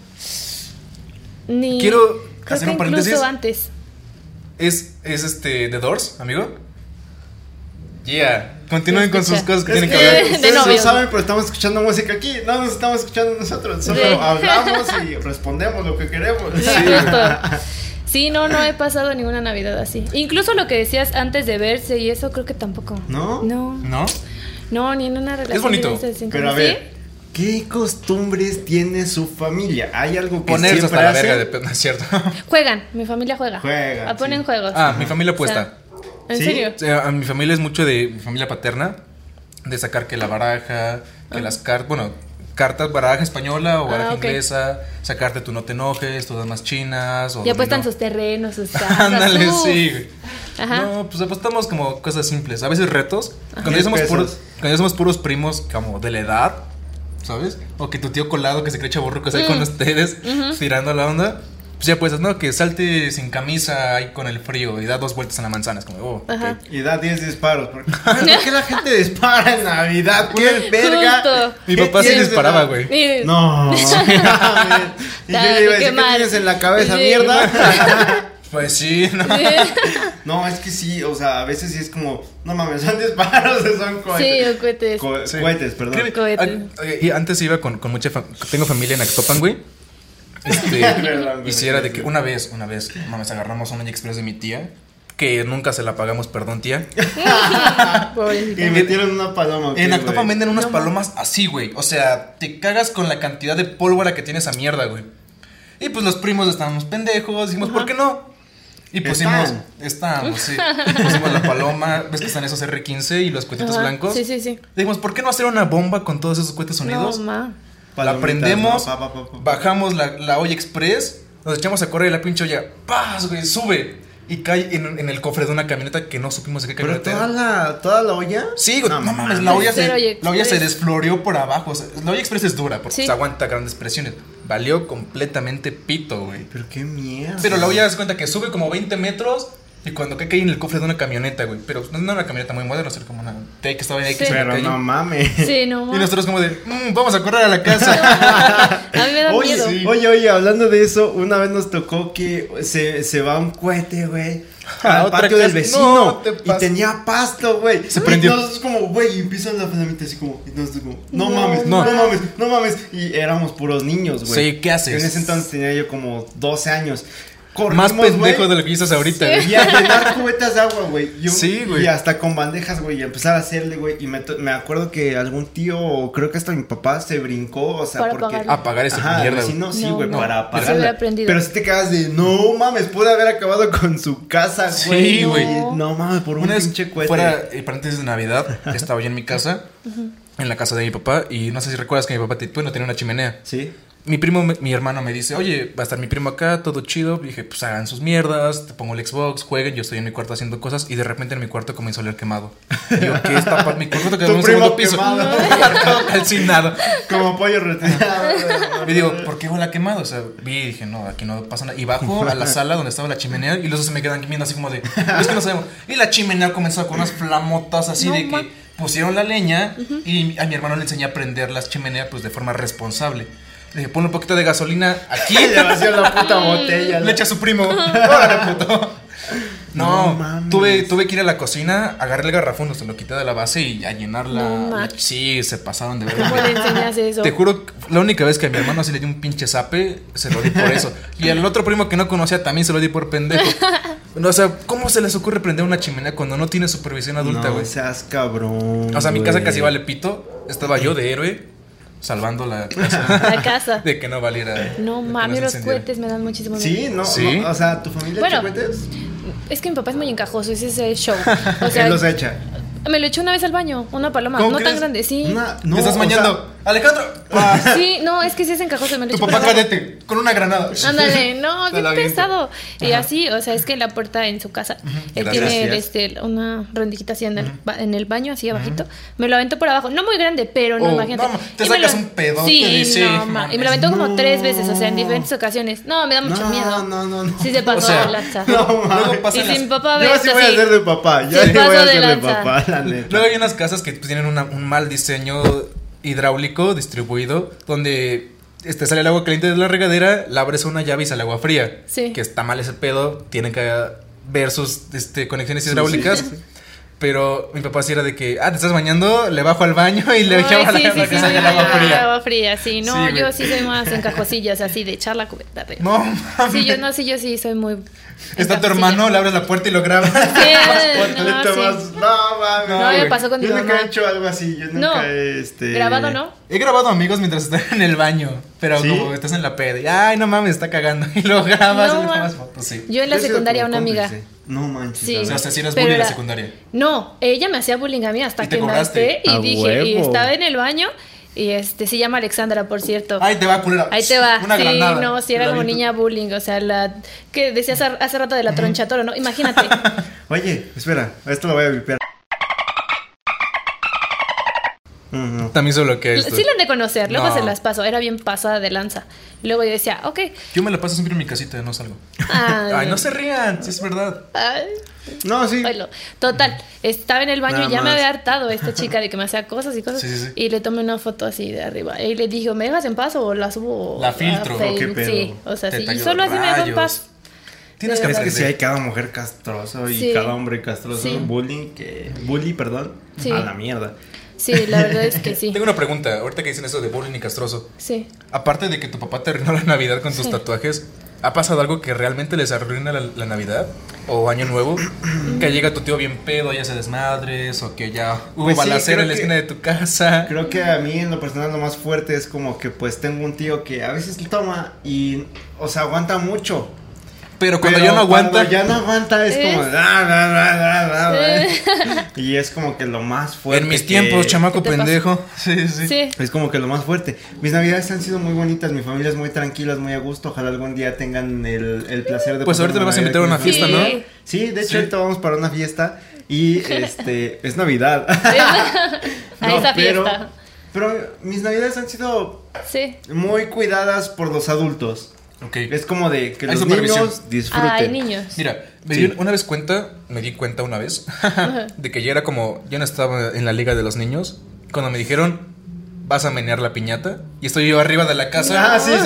Ni...
Quiero
creo
hacer
que
un paréntesis.
Incluso antes.
¿Es, ¿Es este The Doors, amigo? Yeah. Continúen con sus
Escucha.
cosas que
Es
tienen que
que
ver.
De
ustedes no
novios.
saben, pero estamos escuchando música aquí, no nos estamos escuchando nosotros, solo
Sí.
hablamos
*laughs*
y respondemos lo que queremos.
Sí, justo. Sí, no, no he pasado ninguna Navidad así. Incluso lo que decías antes de verse y eso, creo que tampoco.
¿No?
No, *laughs*
¿No?
no, ni en una relación.
bonito.
de esas de cinco
Pero a
años.
ver, ¿qué costumbres tiene su familia? ¿Hay algo que
Ponerse
siempre
hasta la verga
hacen?
de... pe- *laughs* No es cierto.
¿Sí? Juegan, mi familia juega.
Juegan,
Ah, Ponen
sí.
juegos.
ah, mi familia
O sea,
puesta.
¿En
¿Sí?
serio?
O sea, a mi familia es mucho de mi familia paterna, de sacar que la baraja, que las cartas, bueno, cartas baraja española o baraja
Ah, ok.
inglesa, sacarte tu no te enojes, tus damas chinas. O
Y apuestan
dominó.
sus terrenos, sus casas.
*laughs* Ándale,
uf.
sí. güey.
Ajá.
No, pues apostamos como cosas simples, a veces retos. Cuando
Mil
ya, somos
pesos.
puros, cuando ya somos puros primos como de la edad, ¿sabes? O que tu tío colado que se cree chaborruco está ahí
Mm.
con ustedes tirando la onda. Pues ya pues, no, que salte sin camisa ahí con el frío y da dos vueltas en la manzana. Es como, oh, ok. *laughs*
Ajá.
Y da 10 disparos. porque- *laughs* ¿Por qué la gente dispara en Navidad? ¡Qué verga!
Justo.
Mi
¿Qué
papá sí
tienes en
disparaba,
la-
güey.
Y-
No. *laughs* y yo le iba a
Ay,
decir,
qué
¿qué
mal.
tienes en la cabeza,
Sí.
mierda?
Pues sí, *laughs* no.
*laughs* no, es que sí, o sea, a veces sí es como, no mames, son disparos, *laughs* son
*laughs* Sí, o
cohetes.
cohetes.
Co-
Sí.
Cohetes, perdón.
Créeme,
Cohetes.
a- a- y antes iba con, con mucha. fam- tengo familia en Actopan, güey.
*laughs*
Este,
Perdón, güey.
y si era de que una vez, una vez, mames, agarramos una Express de mi tía. Que nunca se la pagamos, perdón, tía.
*laughs* Pobrecito.
Y metieron una paloma. *laughs* ¿ok,
En
güey?
Actopan venden unas palomas así, güey. O sea, te cagas con la cantidad de pólvora que tiene esa mierda, güey. Y pues los primos estábamos pendejos. Dijimos, ¿por qué no? Y pusimos.
Están.
Estábamos, sí.
*laughs*
Pusimos la paloma. ¿Ves que están esos R15 y los cohetitos
Ajá.
blancos?
Sí, sí, sí.
Dijimos, ¿por qué no hacer una bomba con todos esos cohetes unidos?
No, ma.
Palomitas,
la prendemos,
¿no? Pa, pa, pa, pa.
bajamos la, la olla express, nos echamos a correr y la pinche olla, ¡paz, güey! Sube y cae en, en el cofre de una camioneta que no supimos de qué
¿Pero
camioneta
toda
era.
la, toda la olla?
Sí, güey, no, mames, la olla,
Pero olla
se, la olla se
express.
desflorió por abajo. o sea, la olla express es dura porque
Sí.
se aguanta grandes presiones. Valió completamente pito, güey.
Pero qué mierda.
Pero la olla das cuenta que sube como 20 metros y cuando cae, cae en el cofre de una camioneta, güey. Pero no era una camioneta muy moderna, era como una T que estaba ahí. que
Sí.
se
Pero
cayó.
no mames.
Sí, no, ma.
y nosotros como de, "Mm, vamos a correr a
*laughs*
la casa.
A mí me da
oye,
miedo.
sí. oye, oye, hablando de eso, una vez nos tocó que se, se va un cohete, güey.
A
Al
otra
patio del
casa.
vecino.
No, te
y
pases.
tenía pasto, güey.
Se prendió.
Y nosotros como, güey, y empiezan las flamitas así como, y nosotros como, no,
No
mames, no,
No.
mames, no mames. Y éramos puros niños, güey.
Sí, ¿qué haces?
En ese entonces tenía yo como 12 años.
Más
Corrimos,
pendejo
güey,
de lo que dices ahorita, güey.
Y a llenar cubetas de agua, güey. Yo-
Sí, güey.
Y hasta con bandejas, güey. Y empezar a hacerle, güey. Y me, to- me acuerdo que algún tío, o creo que hasta mi papá, se brincó. O sea,
Para
porque.
apagarla.
Apagar Ah, esa
Ajá,
mierda.
sí,
güey.
no, sí,
No,
güey,
no.
para
Yo se hubiera
apagarla.
aprendido.
Pero si te quedas de, no mames, pude haber acabado con su casa,
Sí,
güey.
güey.
No. mames, por un
Una vez
pinche cohete.
fuera eh, paréntesis
*laughs*
de Navidad, estaba yo en mi casa, en la casa de mi papá, y no sé si recuerdas que mi papá te- bueno, tenía una chimenea.
Sí.
Mi primo, me- mi hermano me dice, oye, va a estar mi primo acá, todo chido. Y dije, pues hagan sus mierdas, te pongo el Xbox, jueguen, yo estoy en mi cuarto haciendo cosas, y de repente en mi cuarto comenzó a oler quemado. Digo, ¿qué está pa- Mi cuarto quedó
Tu
en un
primo
segundo piso. *laughs*
quemado.
Todo calcinado.
Como pollo
*laughs*
retirado.
Y digo, ¿por qué huele a quemado? O sea, vi y dije, no, aquí no pasa nada. Y bajo a la sala donde estaba la chimenea y los dos se me quedan viendo así como de, es que no sabemos. Y la chimenea comenzó con unas flamotas así
No,
de
ma.
que pusieron la leña y a mi hermano le enseñé a prender las chimeneas pues de forma responsable. Le dije, ponle un poquito de gasolina
*laughs*
aquí.
Le vació la puta
Mm.
botella.
Le
la-
echa a su primo. Órale, puto.
No
No,
mames.
tuve, tuve que ir a la cocina, agarré el garrafón, se lo quité de la base y a llenar la.
No
la-
mames.
sí, se pasaron de verdad.
¿Cómo le enseñas eso?
Te juro, que la única vez que a mi hermano se le dio un pinche zape, se lo di por eso. Y al otro primo que no conocía también se lo di
*laughs*
por pendejo. No, o sea, ¿cómo se les ocurre prender una chimenea cuando no tiene supervisión adulta,
No
güey?
seas cabrón.
o sea, mi casa
güey.
casi vale pito. Estaba yo de héroe salvando
*laughs*
la casa
La
*laughs*
casa.
de que no valiera.
No
de que
mami,
se
los
encendiera.
cohetes me dan muchísimo miedo.
Sí, no,
Sí.
no, o sea, tu familia
Bueno,
echa cohetes?
Es que mi papá es muy encajoso, ese es el
*laughs*
show.
*laughs*
O
Él
sea,
los echa.
me lo echó una vez al baño, una paloma, no
¿Cómo
tan
crees?
grande, sí.
*laughs*
Una-
Te estás
o
mañando.
*laughs*
Alejandro, pa,
Sí, no, es que sí es encajoso, me lo
tu
echó
papá
por la-
cadete con una granada. *laughs*
Ándale, no,
Te
qué
la aviento.
pesado. Y así, o sea, es que la puerta en su casa, él
Gracias.
tiene este, una rendijita así en el, ba- en el baño, así abajito. Me lo aventó por abajo, no muy grande, pero no,
Oh,
imagínate.
no, ma- te
Y me
sacas
lo-
un pedote
Sí,
de- sí,
no, ma- y me lo aventó como
mames.
tres veces, o sea, en
No.
diferentes ocasiones. No, me da mucho
No,
miedo.
no, no, no.
Sí se pasó
O sea,
de lanza.
No, mames.
Luego pasan
Ah, y si
las-
mi papá ve
Yo sí
esto
voy a
así,
ser de papá. Yo
Se
sí voy
pasó
a
de
ser de
lanza.
papá, la neta.
Luego hay unas casas que pues, tienen una- un mal diseño hidráulico distribuido donde este, sale el agua caliente de la regadera, la abres a una llave y sale agua fría.
Sí.
Que está mal ese pedo, tienen que ver sus este, conexiones hidráulicas.
sí, sí,
Pero mi papá sí era de que, ah, te estás bañando, le bajo al baño y le
Ay,
llamo a la
sí, sí,
para que
sí,
salga el
sí,
agua
sí,
fría.
agua fría, sí, no,
Sí, güey.
yo sí soy más en cajosillas, así de echar la cubeta. de-
No, mames.
Sí, yo no, sí, yo sí soy muy. en
Está tu
cajosillas.
hermano, le abres la puerta y lo grabas.
Sí,
*laughs*
Ponte
no,
te
sí.
vas- No, mames.
No, ya
güey.
pasó con mi
Yo nunca
mamá.
he hecho algo así. Yo nunca
No.
he, este...
Grabado, ¿no?
He grabado amigos mientras están en el baño, pero
¿Sí?
como estás en la peda, y, ay, no mames, está cagando. *laughs* Y lo grabas
No,
y le tomas
ma-
fotos, sí.
Yo en la
Yo he sido
secundaria
como
una amiga.
cómplice. No manches.
Sí.
O sea, hasta si eres
Pero
bully de la
era-
secundaria.
No, ella me hacía bullying a mí hasta
¿Y te
que
cobraste?
nací y
A
dije, y
huevo.
estaba en el baño Y este, se llama Alexandra, por cierto.
Ahí te va, culera.
Ahí te va.
Una
sí,
granada.
no, si era
La
como
aviento.
niña bullying, o sea, la que decías hace, hace rato de la troncha toro, ¿no? Imagínate.
*laughs*
Oye, espera, esto lo voy a vipear. Mm, no.
También solo que esto.
sí la han de conocer, luego
No.
se las paso, era bien pasada de lanza. Luego yo decía, ok.
Yo me la paso siempre en mi casita, no salgo.
ah,
*laughs* Ay, no se rían, sí es verdad.
ay,
No, sí.
oilo. Total, estaba en el baño
Nada
y ya me
más.
había hartado esta chica de que me hacía cosas y cosas.
Sí, sí, sí.
Y le tomé una foto así de arriba. Y le dije, ¿me dejas en paz o la subo?
La
a
filtro.
Facebook?"
¿Qué pedo?
Sí, o sea,
Te
sí. Y
talló
solo así me dejo en
rayos.
paz.
Tienes que
Es que
aprender.
si hay cada mujer castroso y
Sí.
cada hombre castroso,
Sí.
bullying, que, bully, perdón,
Sí.
a la mierda.
Sí, la verdad es que
*laughs*
sí.
Tengo una pregunta, ahorita que dicen eso de bullying y castroso.
Sí.
Aparte de que tu papá te arruinó la Navidad con tus
Sí.
tatuajes, ¿ha pasado algo que realmente les arruina la, la Navidad? ¿O Año Nuevo? que llega tu tío bien pedo, ya se desmadres, o que ya hubo
Pues sí,
balacera
creo
en la
que-
esquina de tu casa.
Creo que a mí en lo personal lo más fuerte es como que pues tengo un tío que a veces toma y, o sea, aguanta mucho.
Pero cuando
Pero
ya no aguanta,
Cuando ya no aguanta es como...
Es-
"Ah, bla, bla, bla, bla, bla". *laughs* Y es como que lo más fuerte.
en mis
que-
tiempos, chamaco
¿Qué te pasa?
pendejo. Sí, sí.
Sí. *laughs*
Es como que lo más fuerte. Mis navidades han sido muy bonitas, mi familia es muy tranquila, es muy a gusto. Ojalá algún día tengan el, el placer de...
Pues ahorita
pasar
me vas a
Navidad
invitar a
con
una
mi
fiesta,
familia.
¿no?
Sí, de hecho
Sí.
ahorita vamos para una fiesta
*laughs*
y este es Navidad.
a
*laughs* No,
esa
pero-
fiesta.
Pero mis navidades han sido
Sí.
muy cuidadas por los adultos.
Ok.
Es como de que
Hay
los
supervisión.
niños disfruten.
Ay, *laughs* niños.
Mira, me
Sí.
di una vez cuenta, me di cuenta una vez, *laughs* de que ya era como, ya no estaba en la liga de los niños, cuando me dijeron, vas a menear la piñata, y estoy yo arriba de la casa,
Ah, sí, sí.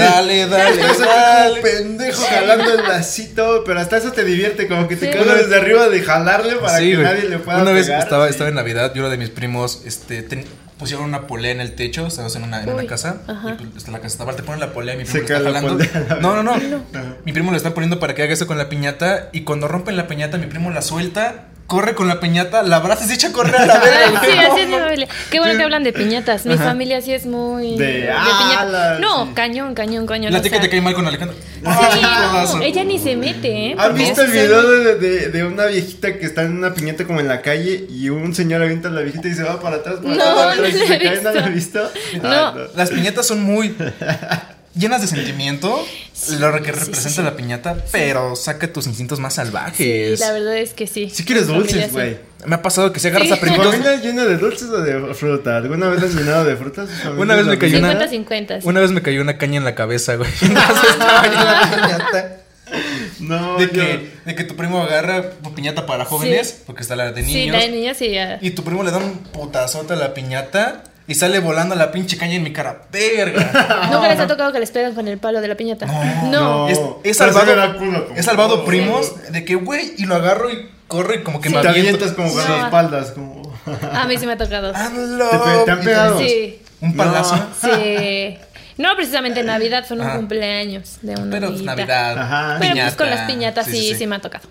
*laughs*
dale, dale,
Estás aquí como
dale.
pendejo jalando el lacito, pero hasta eso te divierte, como que te
Sí.
quedas desde arriba de jalarle para
Sí,
que
güey.
nadie le pueda
Una vez
pegar,
estaba,
sí.
estaba en Navidad y uno de mis primos este, ten- pusieron una polea en el techo, estábamos en una, en una
Uy,
casa,
ajá.
y pues, está la casa está aparte, ponen la polea y mi
Se
primo le
cae
está
la
jalando.
polea a la
No, no, no.
Ajá.
Mi primo le está poniendo para que haga eso con la piñata y cuando rompen la piñata, mi primo la suelta, corre con la piñata, la abraza y se echa a correr a la verga.
Ay, sí,
güey.
así es mi familia. Qué bueno que hablan de piñatas. Mi familia sí es muy.
De alas,
No,
sí.
cañón, cañón, cañón.
La
o
tica
sea.
te cae mal con Alejandro.
Sí,
Ah,
no,
su-
ella ni se mete, ¿eh?
¿Han
Porque
visto el
sí soy muy-
video de, de- de una viejita que está en una piñata como en la calle y un señor avienta a la viejita y se va para atrás? Para
No,
atrás, para
no
atrás, y
lo
se
he
cae, ¿No
visto.
lo he visto?
No.
Ah,
Las piñatas son muy llenas de sentimiento, lo que representa la piñata, pero saca tus instintos más
Sí,
salvajes.
la verdad es que sí.
Si quieres
Mi familia
dulces,
sí.
güey.
Me ha pasado que se agarras
Sí.
a
¿Tu
primitos.
familia es llena de dulces o de fruta? ¿Alguna vez has llenado de frutas? ¿Tu familia
Una vez
es
me
la
cayó una.
50-50, sí.
Una vez me cayó una caña en la cabeza,
*laughs*
güey. Entonces estaba yo en la piñata.
misma? No,
*laughs* De
yo-
que, de que tu primo agarra tu piñata para jóvenes,
Sí.
porque está la de
Sí,
niños.
la niña sí ya.
Y tu primo le da un putazote a la piñata y sale volando la pinche caña en mi cara.
*laughs*
¡Verga!
Nunca les ha tocado que les pegan con el palo de la piñata.
no.
Es,
Pero
es
sí me da
salvado,
culo, como-
he salvado primos de que, güey, y lo agarro y corre y como que
Si
me
te
aviento.
avientas como con
No.
las espaldas, como... *laughs*
A mí sí me ha tocado.
¡Hazlo!
¿Te pe- te han pegado?
Sí.
Un palazo.
No.
Sí. No, precisamente Navidad fue en un
Ajá.
cumpleaños de una
Pero es
amiguita.
Navidad.
Ajá.
Pero pues con
piñata.
las piñatas sí, sí, me ha tocado.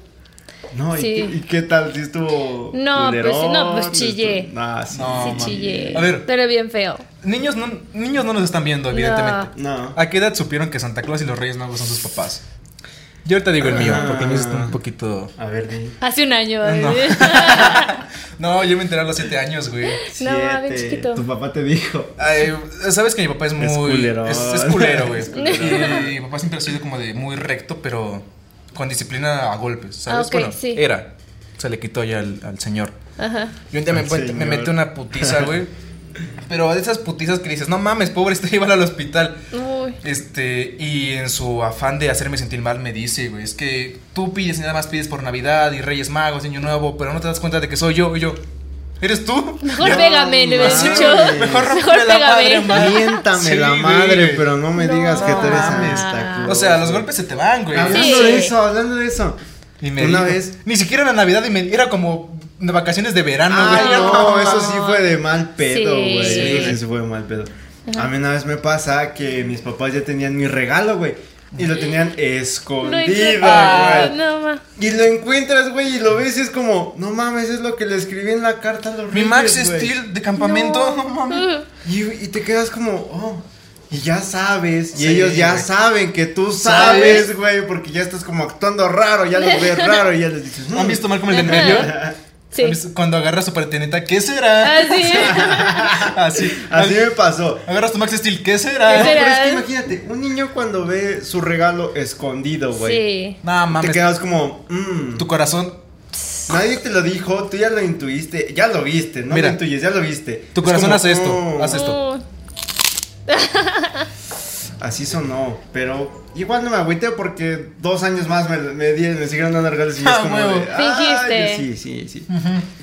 No, ¿y,
Sí.
qué, y qué tal? si estuvo
No, pues,
culerón?
no, pues, chillé.
Estuvo- Nah, sí.
No,
sí
mami.
chillé.
A ver.
Pero bien feo.
Niños no, niños no nos están viendo, evidentemente.
No.
¿A qué edad supieron que Santa Claus y los Reyes Magos son sus papás? Yo ahorita digo el mío, porque el mío está un poquito.
A ver, di.
Hace un año.
No.
¿eh?
no, yo me enteré a los 7 años, güey.
No, a ver,
Siete.
chiquito.
Tu papá te dijo.
Ay, sabes que mi papá es muy.
Es culero.
Es, es culero, güey.
*laughs* Es
Y mi papá siempre ha sido como de muy recto, pero con disciplina a golpes,
Ah,
¿sabes?
ok,
bueno,
sí.
era. Se le quitó ya al, al señor.
*laughs* Ajá.
Yo un día me,
Al
encuentro- me
señor.
metí una
*laughs*
putiza, güey. Pero de esas putizas que dices, no mames, pobre, este iba al hospital.
Uy.
Este, y en su afán de hacerme sentir mal, me dice, güey, es que tú pides y nada más pides por Navidad y Reyes Magos, Año Nuevo, pero no te das cuenta de que soy yo. Y yo, ¿eres tú?
Mejor
No,
pégame, le hubieras
mames.
dicho.
Mejor
Mejor pégame.
Miéntame
Sí,
la
güey.
madre, pero no me
No,
digas que tú eres
mames.
Santa Claus.
O sea, los golpes se te van, güey.
Hablando
Sí.
de eso, hablando de eso.
Y me
Una
dijo-
vez.
Ni siquiera era Navidad y me, era como de vacaciones de verano,
Ay,
güey.
no, eso sí fue de mal pedo,
Ah, Sí.
güey.
Sí.
Eso sí se fue de mal pedo. A mí una vez me pasa que mis papás ya tenían mi regalo, güey. Y lo tenían
No Ah,
escondido,
entiendo.
güey.
No, ma.
Y lo encuentras, güey, y lo ves y es como, no mames, es lo que le escribí en la carta a los
Mi
Reyes,
Max
güey".
Steel de campamento, no, *laughs* mames.
Uh.
Y, y te quedas como, oh, y ya sabes, y
Sí,
ellos ya
güey.
saben que tú
¿Sabes?
sabes, güey, porque ya estás como actuando raro, ya los ves raro y ya les dices, "Mm".
¿Han visto mal como el de en medio?
Sí. Ah,
¿Han visto? Cuando agarras su patineta, ¿qué será?
Así.
*laughs* Así.
Así me pasó.
Agarras tu Max Steel, ¿qué
No,
Ah, ¿Qué será?
será?
pero es que imagínate, un niño cuando ve su regalo escondido, güey.
sí.
No
Te
mames.
quedas como, mm,
Tu corazón.
nadie te lo dijo, tú ya lo intuiste, ya lo viste, no
Mira,
lo intuyes, ya lo viste.
tu
Es
corazón
como,
hace esto,
"Oh".
hace- esto.
Uh,
Así sonó, pero igual no me agüité porque dos años más me, me, di- me siguieron dando regalos y es
Ah,
como
huevo.
de, "Ay,
Fingiste.
Sí, sí, sí.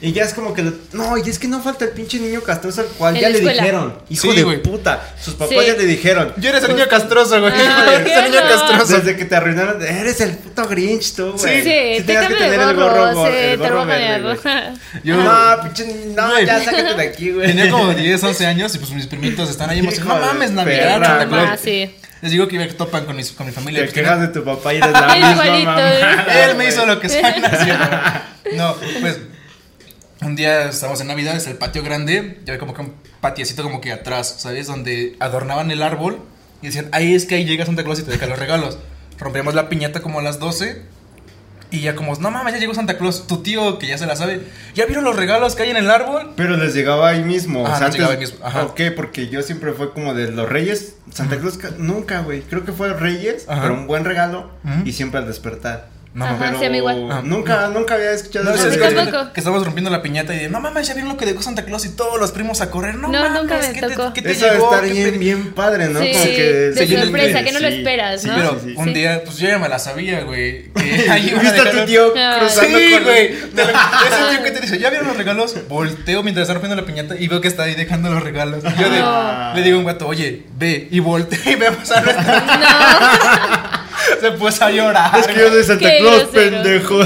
Y ya es como que, lo- no, y es que no falta el pinche niño castroso al cual
En
ya
la
le
escuela.
dijeron, hijo
Sí,
de
güey.
puta, sus papás
Sí.
ya le dijeron. Pues,
Yo eres el niño castroso, güey.
Ah,
Eres el niño
Pues, ¿qué no?
castroso.
Desde que te arruinaron, eres el puto Grinch tú, güey.
sí, te
tenías
cambian de
el
gorro,
gor-
sí,
el
te
gorro
roban el
verde,
*laughs* gorro.
güey.
Yo-
No, pinche, no,
Güey.
ya sácate de aquí, güey. *laughs*
Tenía como 10, 11 años y pues mis primitos están ahí. y me dicen, no
Hijo de
mames,
perra.
Navidad, Santa Claus.
Ah,
*laughs*
sí.
Les digo que iba a que topan con mi, con mi familia.
Te
pues,
quejas de tu papá y eres la
Es
misma
igualito,
mamada,
¿eh?
*laughs* Él me hizo
güey.
lo que sea. ¿no es cierto? No, pues un día estamos en Navidad, es el patio grande, ya había como que un patiecito como que atrás, ¿sabes? Donde adornaban el árbol y decían, ahí es que ahí llega Santa Claus y te deja los regalos. Rompíamos la piñata como a las 12 y ya como, no mames, ya llegó Santa Claus, tu tío que ya se la sabe, ¿ya vieron los regalos que hay en el árbol?
Pero les llegaba ahí mismo.
Ajá,
o sea,
Ah, les
antes-
llegaba ahí mismo, ajá.
¿Por qué? Porque yo siempre fue como de los Reyes. Santa Cruz nunca, güey. Creo que fue Reyes,
Ajá.
pero un buen regalo
Ujú.
y siempre al despertar.
No,
Ajá,
mames.
pero
se me igual.
Ah,
nunca, nunca había escuchado
No,
eso
es
sí,
de-
que,
tampoco.
que estamos rompiendo la piñata y de, no mames, ya vieron lo que dejó Santa Claus y todos los primos a correr. No,
No,
mames,
nunca me
¿qué te-
tocó.
qué te
Eso debe
llegó?
estar
¿Qué
bien,
pe-
bien padre, ¿no?
Sí,
Como que
de
se llena el
sorpresa,
de-
que no lo
sí,
esperas,
sí,
¿no?
Pero
sí, sí.
un
Sí.
día, pues yo ya me la sabía,
*laughs*
güey. Que ahí iban a
Viste a
dejar-
tu tío
Ay.
cruzando
Sí,
con
güey. Te lo- Ese tío que te dice, ¿ya vieron los regalos? Volteo mientras está rompiendo la piñata y veo que está ahí dejando los regalos. Y yo de-
No.
le digo a un gato, oye, ve. Y volteo y *laughs* ve a pasar nuestra-
No,
Se puso a llorar.
Es que yo soy Santa
Qué
Claus,
grosero.
*laughs*
pendejo.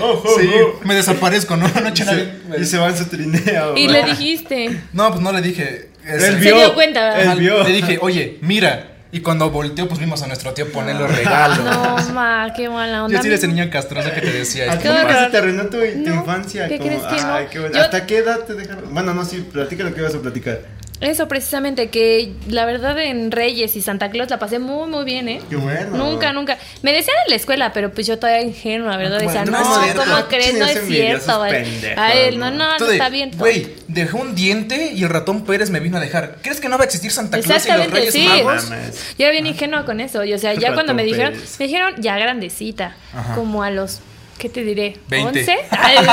Oh, oh,
Sí,
oh.
me desaparezco, ¿no? No,
Y
eché
se-
nadie.
*laughs* Y se va en su trineo.
y
güey.
le dijiste.
No, pues no le dije. Es-
Él
Se
vio.
dio cuenta, ¿verdad?
Él vio.
Le dije, oye, mira. Y cuando volteó, pues vimos a nuestro tío poner
Ah.
los regalos.
No, ma, qué mala onda.
Yo sí era ese niño castroso que te decía.
¿A
"Es
ti
Qué
papá".
nunca
horror.
se te arruinó tu, tu
No,
infancia?
¿qué
Como,
crees que no?
ay, qué bueno.
Yo-
¿Hasta qué edad te dejaron? Bueno, no, sí, platica lo que ibas a platicar.
Eso precisamente, que la verdad en Reyes y Santa Claus la pasé muy, muy bien, ¿eh?
Qué bueno.
Nunca, nunca. Me decían en la escuela, pero pues yo todavía ingenua, ¿verdad?
Bueno,
Decía,
no
no,
es cierto.
¿cómo crees? No
Chingas
es cierto,
envidiosos
güey.
pendejos,
A él, no,
¿no?
no, Ah,
Tú
no
de,
está bien.
Güey, dejé un diente y el ratón Pérez me vino a dejar. ¿Crees que no va a existir Santa Claus y los
Exactamente,
Reyes
sí.
Magos?
Mames.
Yo era bien ingenua con eso. Y, o sea, ya
Ratón
cuando me dijeron,
Pérez.
me dijeron ya grandecita,
Ajá.
como a los, ¿qué te diré?
20.
¿11? Ay, *laughs* como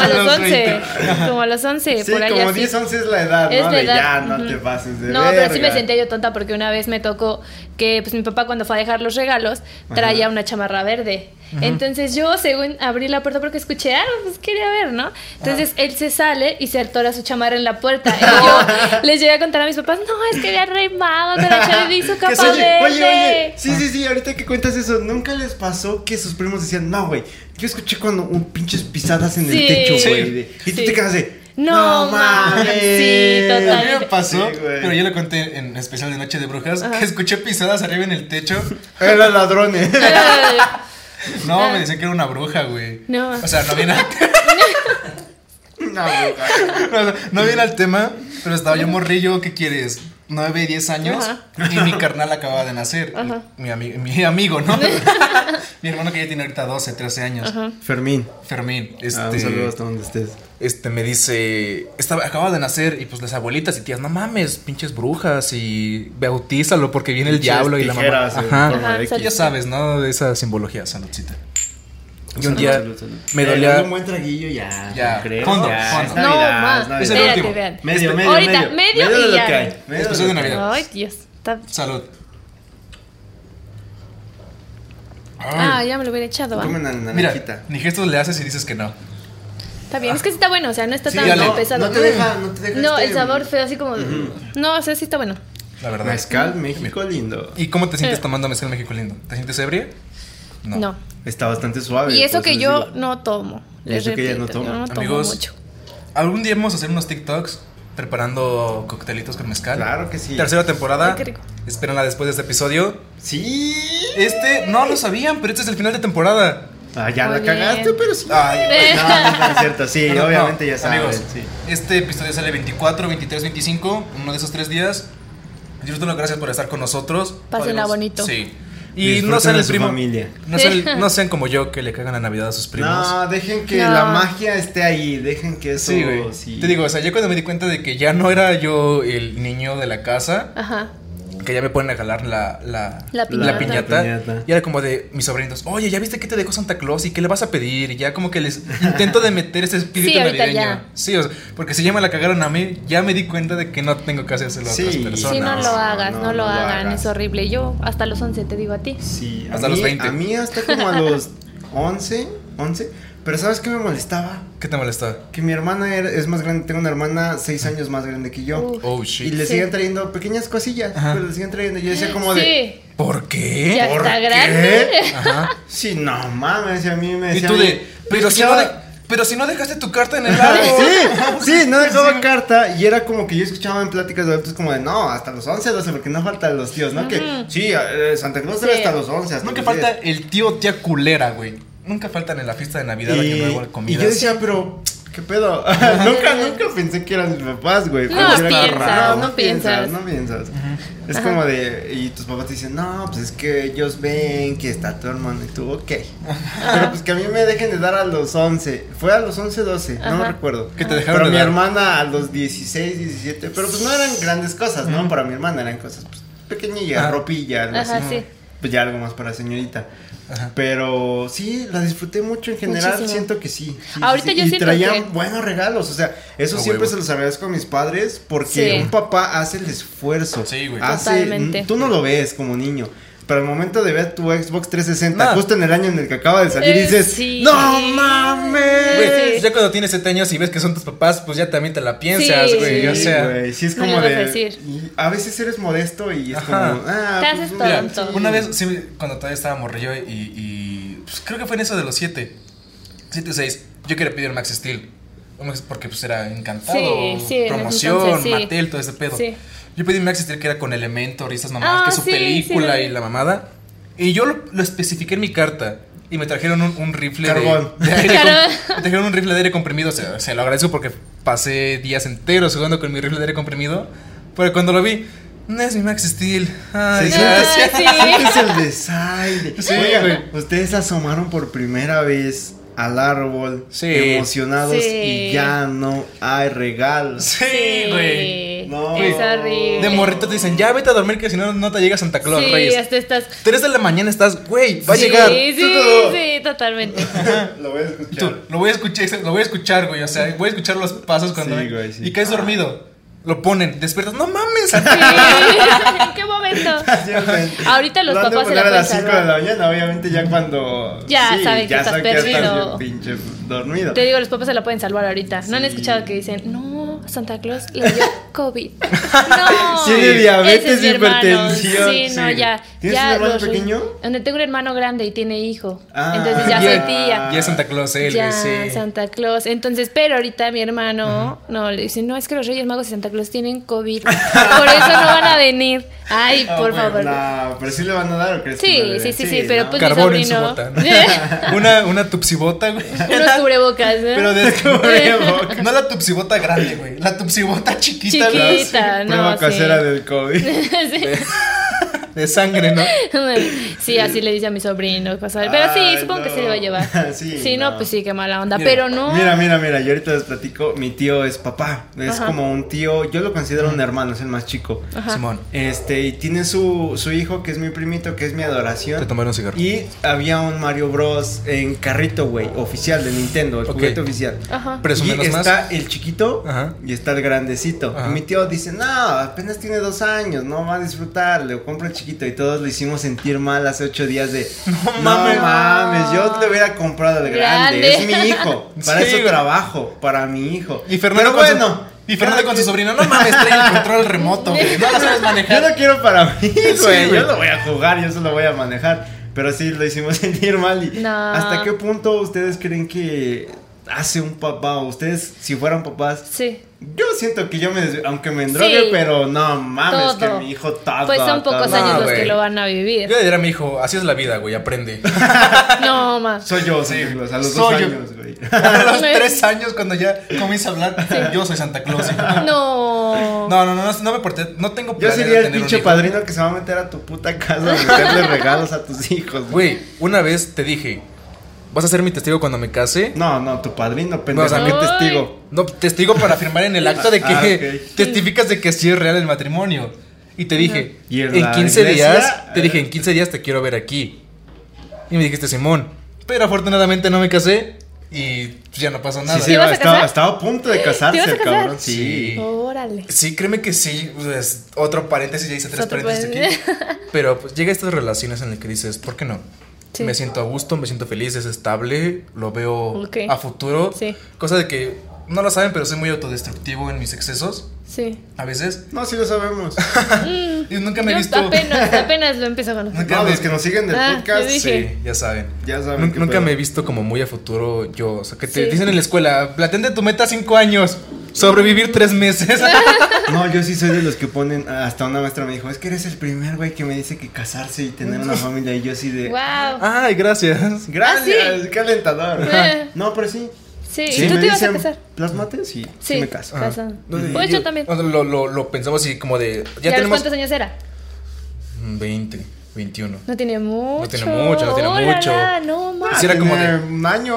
a
A los
los 11.
20.
Como a los 11,
Sí,
por ahí
como
así.
10, 11 es la edad,
Es
¿no?
la
De
edad,
ya, no
ujú.
te pases de
No, pero sí me
verga.
senté yo tonta porque una vez me tocó que pues mi papá cuando fue a dejar los regalos traía una chamarra verde. Entonces yo, según abrí la puerta porque escuché algo, pues quería ver, ¿no? Entonces él se sale y se atora su chamarra en la
*laughs*
puerta. Y yo les llegué a contar a mis papás, no, es que había rey mago,
*laughs*
pero yo le hizo
Que
capa
se- oye,
verde. *laughs*
oye, oye, sí, sí, sí, ahorita que cuentas eso, ¿nunca les pasó que sus primos decían, no, güey, yo escuché cuando un pinches pisadas en el
Sí.
techo, güey?
Sí.
de- Y tú
Sí.
te quedas de,
No, mames, sí,
A mí me
totalmente.
pasó,
Sí, güey.
pero yo lo conté en especial de Noche de Brujas, que escuché pisadas arriba en el techo.
Era ladrones. *laughs*
Ay,
No, me decían que era una bruja, güey.
No.
O sea, no viene al,
no, güey.
*laughs* no, no viene al tema, pero estaba yo morrillo, ¿qué quieres? 9, 10 años y mi carnal acababa de nacer.
Ajá.
Mi, ami- mi
*laughs*
amigo, ¿no? mi hermano que ya tiene ahorita 12, 13 años.
Fermín,
Fermín. Este,
ah, un saludo hasta donde estés.
este me dice, estaba, acaba de nacer y pues las abuelitas y tías, no mames, pinches brujas y bautízalo porque viene el
Pinches
diablo y la mamá.
tijeras en forma
Ajá,
de
exacto.
X.
Ya sabes, ¿no? De esa simbología, saludcita. Y un
Salud,
día
salud, salud.
me
Eh,
dolía
Un buen traguillo ya.
Ya,
no creo,
fondo,
ya,
fondo.
es
No,
Navidad,
ma,
es Navidad.
Es el
espérate,
último.
vean.
Medio, medio,
Ahorita,
medio.
medio
de
y
lo
ya.
que hay.
Es
de
especial
lo
de
que hay.
Navidad.
Ay, Dios. está-
salud.
Ah,
Ay,
ya me lo hubiera echado. ah.
Comen la
mira,
naranjita.
ni gestos le haces y dices que no.
Está bien, es que sí está bueno, o sea, no está
Sí,
tan
ya
mal
no,
pesado.
no te deja- no te deja
No,
este-
el sabor feo, así como. No, o sea, sí está bueno.
La verdad.
Mezcal, México lindo.
¿Y cómo te sientes
Eh.
tomando mezcal México lindo? ¿Te sientes ebria?
No.
Está bastante suave.
Y eso
por
que
les
yo
digo.
no tomo.
Y
Les
eso que ella
repito,
no toma.
yo no tomo
Amigos,
mucho.
Algún día vamos a hacer unos TikToks preparando coctelitos con mezcal.
Claro que sí.
Tercera temporada.
Ay, qué rico.
Espérenla después de este episodio.
Sí.
Este, no lo sabían, pero este es el final de temporada.
Ah, ya
Muy
la cagaste,
bien.
pero sí.
Ay,
No, no, no es cierto. Sí,
Ah. *laughs* No, no,
obviamente
no.
ya saben.
Amigos,
sí.
este episodio sale 24, 23, 25, uno de esos tres días. Disfrútenlo, gracias por estar con nosotros.
Pásenla
Podemos-
bonito.
Sí. Y
Disfruten
no sean
de
el
su
primo.
familia.
No sean, el- no sean como yo que le cagan la Navidad a sus primos.
No, dejen que
No.
la magia esté ahí, dejen que eso...
Sí, güey.
sí.
Te digo, o sea, yo cuando me di cuenta de que ya no era yo el niño de la casa,
Ajá.
que ya me ponen a jalar la, la,
La piñata.
La piñata.
Y era como de mis sobrinos, oye, ¿ya viste qué te dejó Santa Claus y qué le vas a pedir? Y ya como que les intento de meter ese espíritu
Sí, ahorita
navideño.
ya.
Sí, o sea, porque si ya me la cagaron a mí, ya me di cuenta de que no tengo que hacérselo a
Sí.
otras
No,
personas.
sí, no,
no,
lo hagas,
no,
no,
no
lo
lo
hagan,
hagas.
es horrible. Yo hasta los 11 te digo a ti.
Sí, a
Hasta
mí-
los 20.
A mí hasta como a los 11, 11. Pero ¿sabes qué me molestaba?
¿Qué te molestaba?
Que mi hermana era- es más grande, tengo una hermana 6 años más grande que yo.
Uf.
Oh,
y
shit.
le
Sí.
siguen trayendo pequeñas cosillas,
Ajá.
pero le siguen trayendo. Yo decía como de...
Sí,
¿Por qué?
ya
¿por
está
qué?
grande.
Ajá.
*laughs* Sí, no mames, y a mí me
Y
decía...
tú
a mí-
de, pero si, no
escuchaba-
de- pero si no dejaste tu carta en el árbol.
*laughs* Sí, sí, no dejaba carta y era como que yo escuchaba en pláticas de adultos como de no, hasta los 11, 12, porque no faltan los tíos, ¿no? Que sí, eh, Santa Claus era
Sí.
hasta los 11. Hasta
Nunca
los
falta
10.
el tío o tía culera, güey. Nunca faltan en la fiesta de Navidad
Y,
a que no hay
y
comidas.
yo decía, pero, ¿qué pedo? *laughs* nunca, nunca pensé que eran mis papás, güey.
No
Pensé que era
piensas,
raro.
no piensas.
No piensas. Es como de, y tus papás te dicen, no, pues es que ellos ven que está tu hermano y tú, ok. Pero pues que a mí me dejen de dar a los 11. Fue a los 11, 12, no me
Ajá.
recuerdo.
Que te dejaron
Pero
de
mi
dar.
hermana a los 16, 17, pero pues no eran grandes cosas, ¿no? Para mi hermana eran cosas pues, pequeñillas,
Ajá.
ropilla, algo
Ajá,
así.
sí.
Pues ya algo más para señorita.
Ajá.
Pero sí, la disfruté mucho en general.
Muchísimo.
Siento que sí. sí,
Ahorita
sí, sí.
yo
y
siento
traían
que-
buenos regalos. O sea, eso
A
siempre
Ah, huevo.
se los agradezco a mis padres porque
Sí.
un papá hace el esfuerzo.
Sí, güey.
Hace-
Totalmente.
Tú no lo ves como niño. Pero al momento de ver tu Xbox 360,
No.
justo en el año en el que acaba de salir,
Eh,
dices:
sí.
¡No mames!
Güey,
Sí.
pues ya cuando tienes 7 años y ves que son tus papás, pues ya también te la piensas,
Sí.
güey. o
Sí,
sea,
güey, sí es
No le
como
vas a
de.
decir.
y a veces eres modesto y es
Ajá.
como. Ah,
Te haces
mira,
tonto.
sí.
una vez, sí, cuando todavía estaba morrillo y, y, pues, creo que fue en eso de los 7, 7 6, yo quería pedir Max Steel. un Max- Porque pues era encantado,
Sí, sí, en ese
promoción,
entonces, sí.
Mattel, todo ese pedo.
Sí.
Yo pedí Max Steel que era con Elementor y esas mamadas,
Ah,
que es su
sí,
película
sí, sí.
y la mamada. Y yo lo, lo especifiqué en mi carta. Y me trajeron un, un rifle de-
Carbón.
de, aire
Carbón.
com- me trajeron un rifle de aire comprimido. O sea, se lo agradezco porque pasé días enteros jugando con mi rifle de aire comprimido. Pero cuando lo vi, no es mi Max Steel. Ay,
Sí,
gracias.
Ah, sí.
Sientes el desaire.
Sí,
Oigan,
güey.
ustedes asomaron por primera vez al árbol
Sí.
emocionados
Sí.
y ya no hay
Ah.
regalos.
Sí, güey.
No.
Es horrible.
De morrito te dicen, ya vete a dormir que si no, no te llega Santa Claus,
Sí,
Reyes.
hasta estás.
3 de la mañana estás, güey, va a
sí,
llegar.
sí, sí, *laughs*
*laughs*
totalmente.
Lo voy a
Y tú,
escuchar.
lo voy a escuchar, lo voy a escuchar, güey. O sea, voy a escuchar los pasos cuando.
Sí, güey, sí. Ah.
Y caes dormido. Lo ponen, despiertas. No mames, Santa
Sí. ¿En qué momento? Ahorita los
Lo han de
papás se la
poner a las
pueden
5 de la mañana, obviamente ya cuando
Ya saben que estás
ya
perdido.
bien pinche dormido.
Te digo, los papás se la pueden salvar ahorita. ¿No han escuchado que dicen, no, Santa Claus le
*laughs*
dio COVID? No.
Tiene
ese
diabetes,
es mi hermano.
hipertensión,
Sí, no,
sí.
ya.
¿Tienes
ya
un hermano
los-
pequeño?
Donde tengo un hermano grande y tiene hijo.
Ah,
Entonces ya
ya.
soy tía.
Ya es Santa Claus, él,
ya,
güey, sí.
Santa Claus. Entonces, pero ahorita mi hermano, no, le dice, no, es que los Reyes Magos y Santa Claus tienen COVID. Por eso no van a venir. Ay, por
bueno,
favor.
No, Ah, pero sí le van a dar o crees que no
Sí,
le
sí,
den?
sí, sí, pero
¿no?
pues
Carbón
mi
en su
sobrino.
bota. ¿no? *laughs* una, una
*laughs*
tupsibota, güey.
Unos cubrebocas, ¿eh?
Pero
*laughs*
de
Cubrebocas.
No la tupsibota grande, güey. La tupsibota chiquita, güey.
Chiquita, no.
Prueba
sí.
casera
*laughs*
del COVID.
*laughs* Sí.
De sangre, ¿no?
*laughs* Sí, así le dice a mi sobrino. cosas. Pero sí,
Ay,
supongo que
no.
se le va a llevar.
*laughs* Sí,
no.
no.
pues sí, qué mala onda.
Mira,
pero no.
Mira, mira, mira, yo ahorita les platico, mi tío es papá, es
Ajá.
como un tío, yo lo considero un hermano, es el más chico.
Simón,
Este, y tiene su, su hijo que es mi primito, que es mi
te
adoración.
tomaron un cigarro.
Y había un Mario Bros en carrito, güey, oficial de Nintendo, el
Ok.
juguete oficial.
Ajá.
Presume
y
menos más.
está el chiquito
Ajá.
y está el grandecito.
Ajá.
Y mi tío dice, no, apenas tiene dos años, no va a disfrutar, le compro el chiquito. Y todos lo hicimos sentir mal hace ocho días
*laughs*
de, no, mames.
mames.
yo le hubiera comprado el grande,
Grande.
es mi
*laughs*
hijo. Para
Sí,
eso
güey.
trabajo, para mi hijo.
Y Fernando
Pero
con su-
bueno.
y Fernando
cada
con su
quien-
sobrino, no mames, trae el control remoto, güey. No la
*laughs*
sabes
Yo
manejar.
lo quiero para
*laughs*
mí, güey.
güey.
Yo lo voy a jugar, yo se lo voy a manejar. Pero sí, lo hicimos *laughs* sentir mal. Y
No.
¿Hasta qué punto ustedes creen que hace un papá? Ustedes, si fueran papás,
Sí.
yo siento que yo me, des- aunque me endrogue,
Sí.
pero no
Todo.
mames, que mi hijo tarda.
Pues son pocos
tarda.
No,
años los
güey.
que lo van a
*laughs*
Yo
vivir.
le diría a mi hijo, así es la vida, güey, aprende.
No, más.
Soy yo, sí, los- a los
Soy
dos
yo.
años, güey.
a los tres años, cuando ya comienza a hablar, yo soy Santa Claus.
No.
No, no, no, no, no me porté, no tengo
Yo
planes de
sería el
tener un
pinche
hijo.
padrino que se va a meter a tu puta casa a meterle regalos a tus hijos, güey.
Güey, una vez te dije, vas a ser mi testigo cuando me case.
No, no, tu padrino, pendejo,
Vas a-
qué
Ay.
testigo.
No, testigo para firmar en el acta de que
Ah, ok.
*laughs* testificas de que sí es real el matrimonio. Y te dije,
¿Y en
en
la
15
iglesia?
días, te dije, en 15 días te quiero ver aquí. Y me dijiste, Simón. Pero afortunadamente no me casé y pues, ya no pasó nada.
Sí,
Sí,
sí,
¿Te vas a
estaba,
casar?
estaba a punto de casarse,
¿Te vas a
el
casar?
cabrón. Sí.
Órale.
créeme que sí. pues, otro paréntesis, ya hice tres
Otro
paréntesis aquí. Pero pues llega a estas relaciones en las que dices, ¿por qué no?
Sí.
Me siento a gusto, me siento feliz, es estable, lo veo
Ok.
a futuro.
Sí.
Cosa de que no lo saben, pero soy muy autodestructivo en mis excesos
Sí.
a veces.
No, sí lo
*laughs*
sabemos.
Y nunca me he
Yo
*laughs*
visto. *laughs*
apenas, apenas lo empiezo a conocer.
Nunca
No,
me-
los que nos siguen del
Ah,
podcast,
yo dije.
Sí, ya saben.
Ya saben
Nun-
qué
nunca
pedo.
me he visto como muy a futuro yo. O sea, que te
Sí.
dicen en la escuela, platente tu meta cinco años, sobrevivir tres
*laughs*
meses. *laughs*
No, yo sí soy de los que ponen. Hasta una maestra me dijo: Es que eres el primer güey que me dice que casarse y tener una familia. Y yo así de.
Wow.
Ay, gracias.
Gracias,
Ah,
qué alentador.
Eh.
No, pero sí.
Sí.
Sí,
¿Y tú
me
te ibas a
dicen,
casar?
"Plásmate", Sí, sí,
Sí.
me caso.
Casa.
No, de-
Pues yo también.
Lo, lo, lo pensamos y como de.
¿Ya,
Ya tenemos.
cuántos años era?
Mm, 20, 21.
No tiene mucho.
tiene mucho, no tiene
Órala,
mucho.
No más.
Sí, era como de-
Tener Ah, Un año,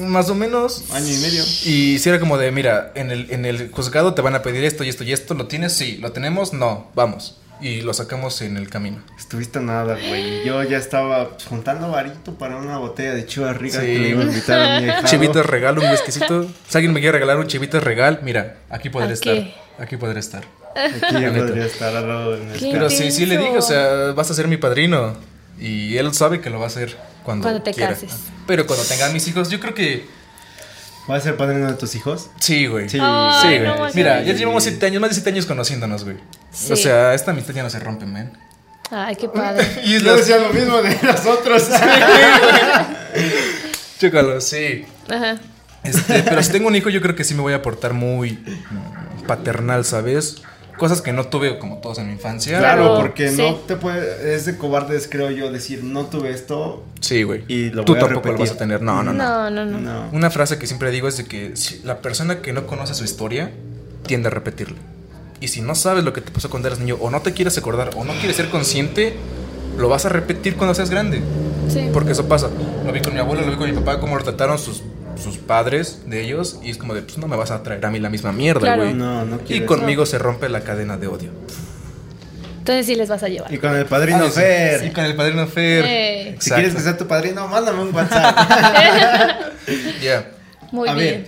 Más o menos.
año y medio.
Y si era como de, mira, en el, en el juzgado te van a pedir esto y esto y esto, ¿lo tienes? Sí, ¿lo tenemos? No, vamos. Y lo sacamos en el camino.
Estuviste a nada, güey. Yo ya estaba pues, juntando varito para una botella de chivas ricas
Sí.
que le iba a invitar
*laughs*
a mi
Un
hijado.
Chivito regalo, un whiskycito. Si alguien me quiere regalar un chivito regal, mira, aquí podré
Aquí.
estar. Aquí podré estar.
Aquí ya
Neta.
podría estar al lado de
¿Qué?
mezcal.
Pero sí, sí le
intenso.
dije, o sea, vas a ser mi padrino. Y él sabe que lo va a hacer cuando,
Cuando te
quiera.
cases.
Pero cuando tenga a mis hijos, yo creo que
¿Vas a ser padrino de tus hijos?
sí, güey.
Sí.
Ay,
Sí, güey.
no, guacala.
Mira, ya llevamos siete años, más de siete años conociéndonos, güey.
Sí.
O sea, esta amistad ya no se rompe, man.
Ay, qué
*laughs*
padre.
Y
Yo decía lo mismo de *laughs* los otros.
Chúcalo, sí.
Ajá.
Este, pero si tengo un hijo, yo creo que sí me voy a portar muy mm, paternal, ¿sabes? Cosas que no tuve como todos en mi infancia.
Claro,
Claro,
porque
sí.
no te puede, es de cobardes, creo yo, decir no tuve esto.
Sí, güey.
Y lo
Tú
voy a
tampoco lo
repetir.
vas a tener. No, no, no,
No, no, no.
No.
Una frase que siempre digo es de que si la persona que no conoce su historia tiende a repetirla. Y si no sabes lo que te pasó cuando eras niño, o no te quieres acordar, o no quieres ser consciente, lo vas a repetir cuando seas grande.
Sí.
Porque eso pasa. Lo vi con mi abuelo, lo vi con mi papá, cómo lo trataron sus, sus padres de ellos. Y es como de, pues no me vas a traer a mí la misma mierda,
Claro.
güey.
No, no
y
quiero
conmigo se rompe la cadena de odio.
Entonces sí les vas a llevar.
Y con el padrino
Ah, sí.
Fer.
Y con el padrino Fer.
Eh.
Si quieres que sea tu padrino, mándame un
*laughs*
WhatsApp.
Ya.
Muy
A ver.
bien.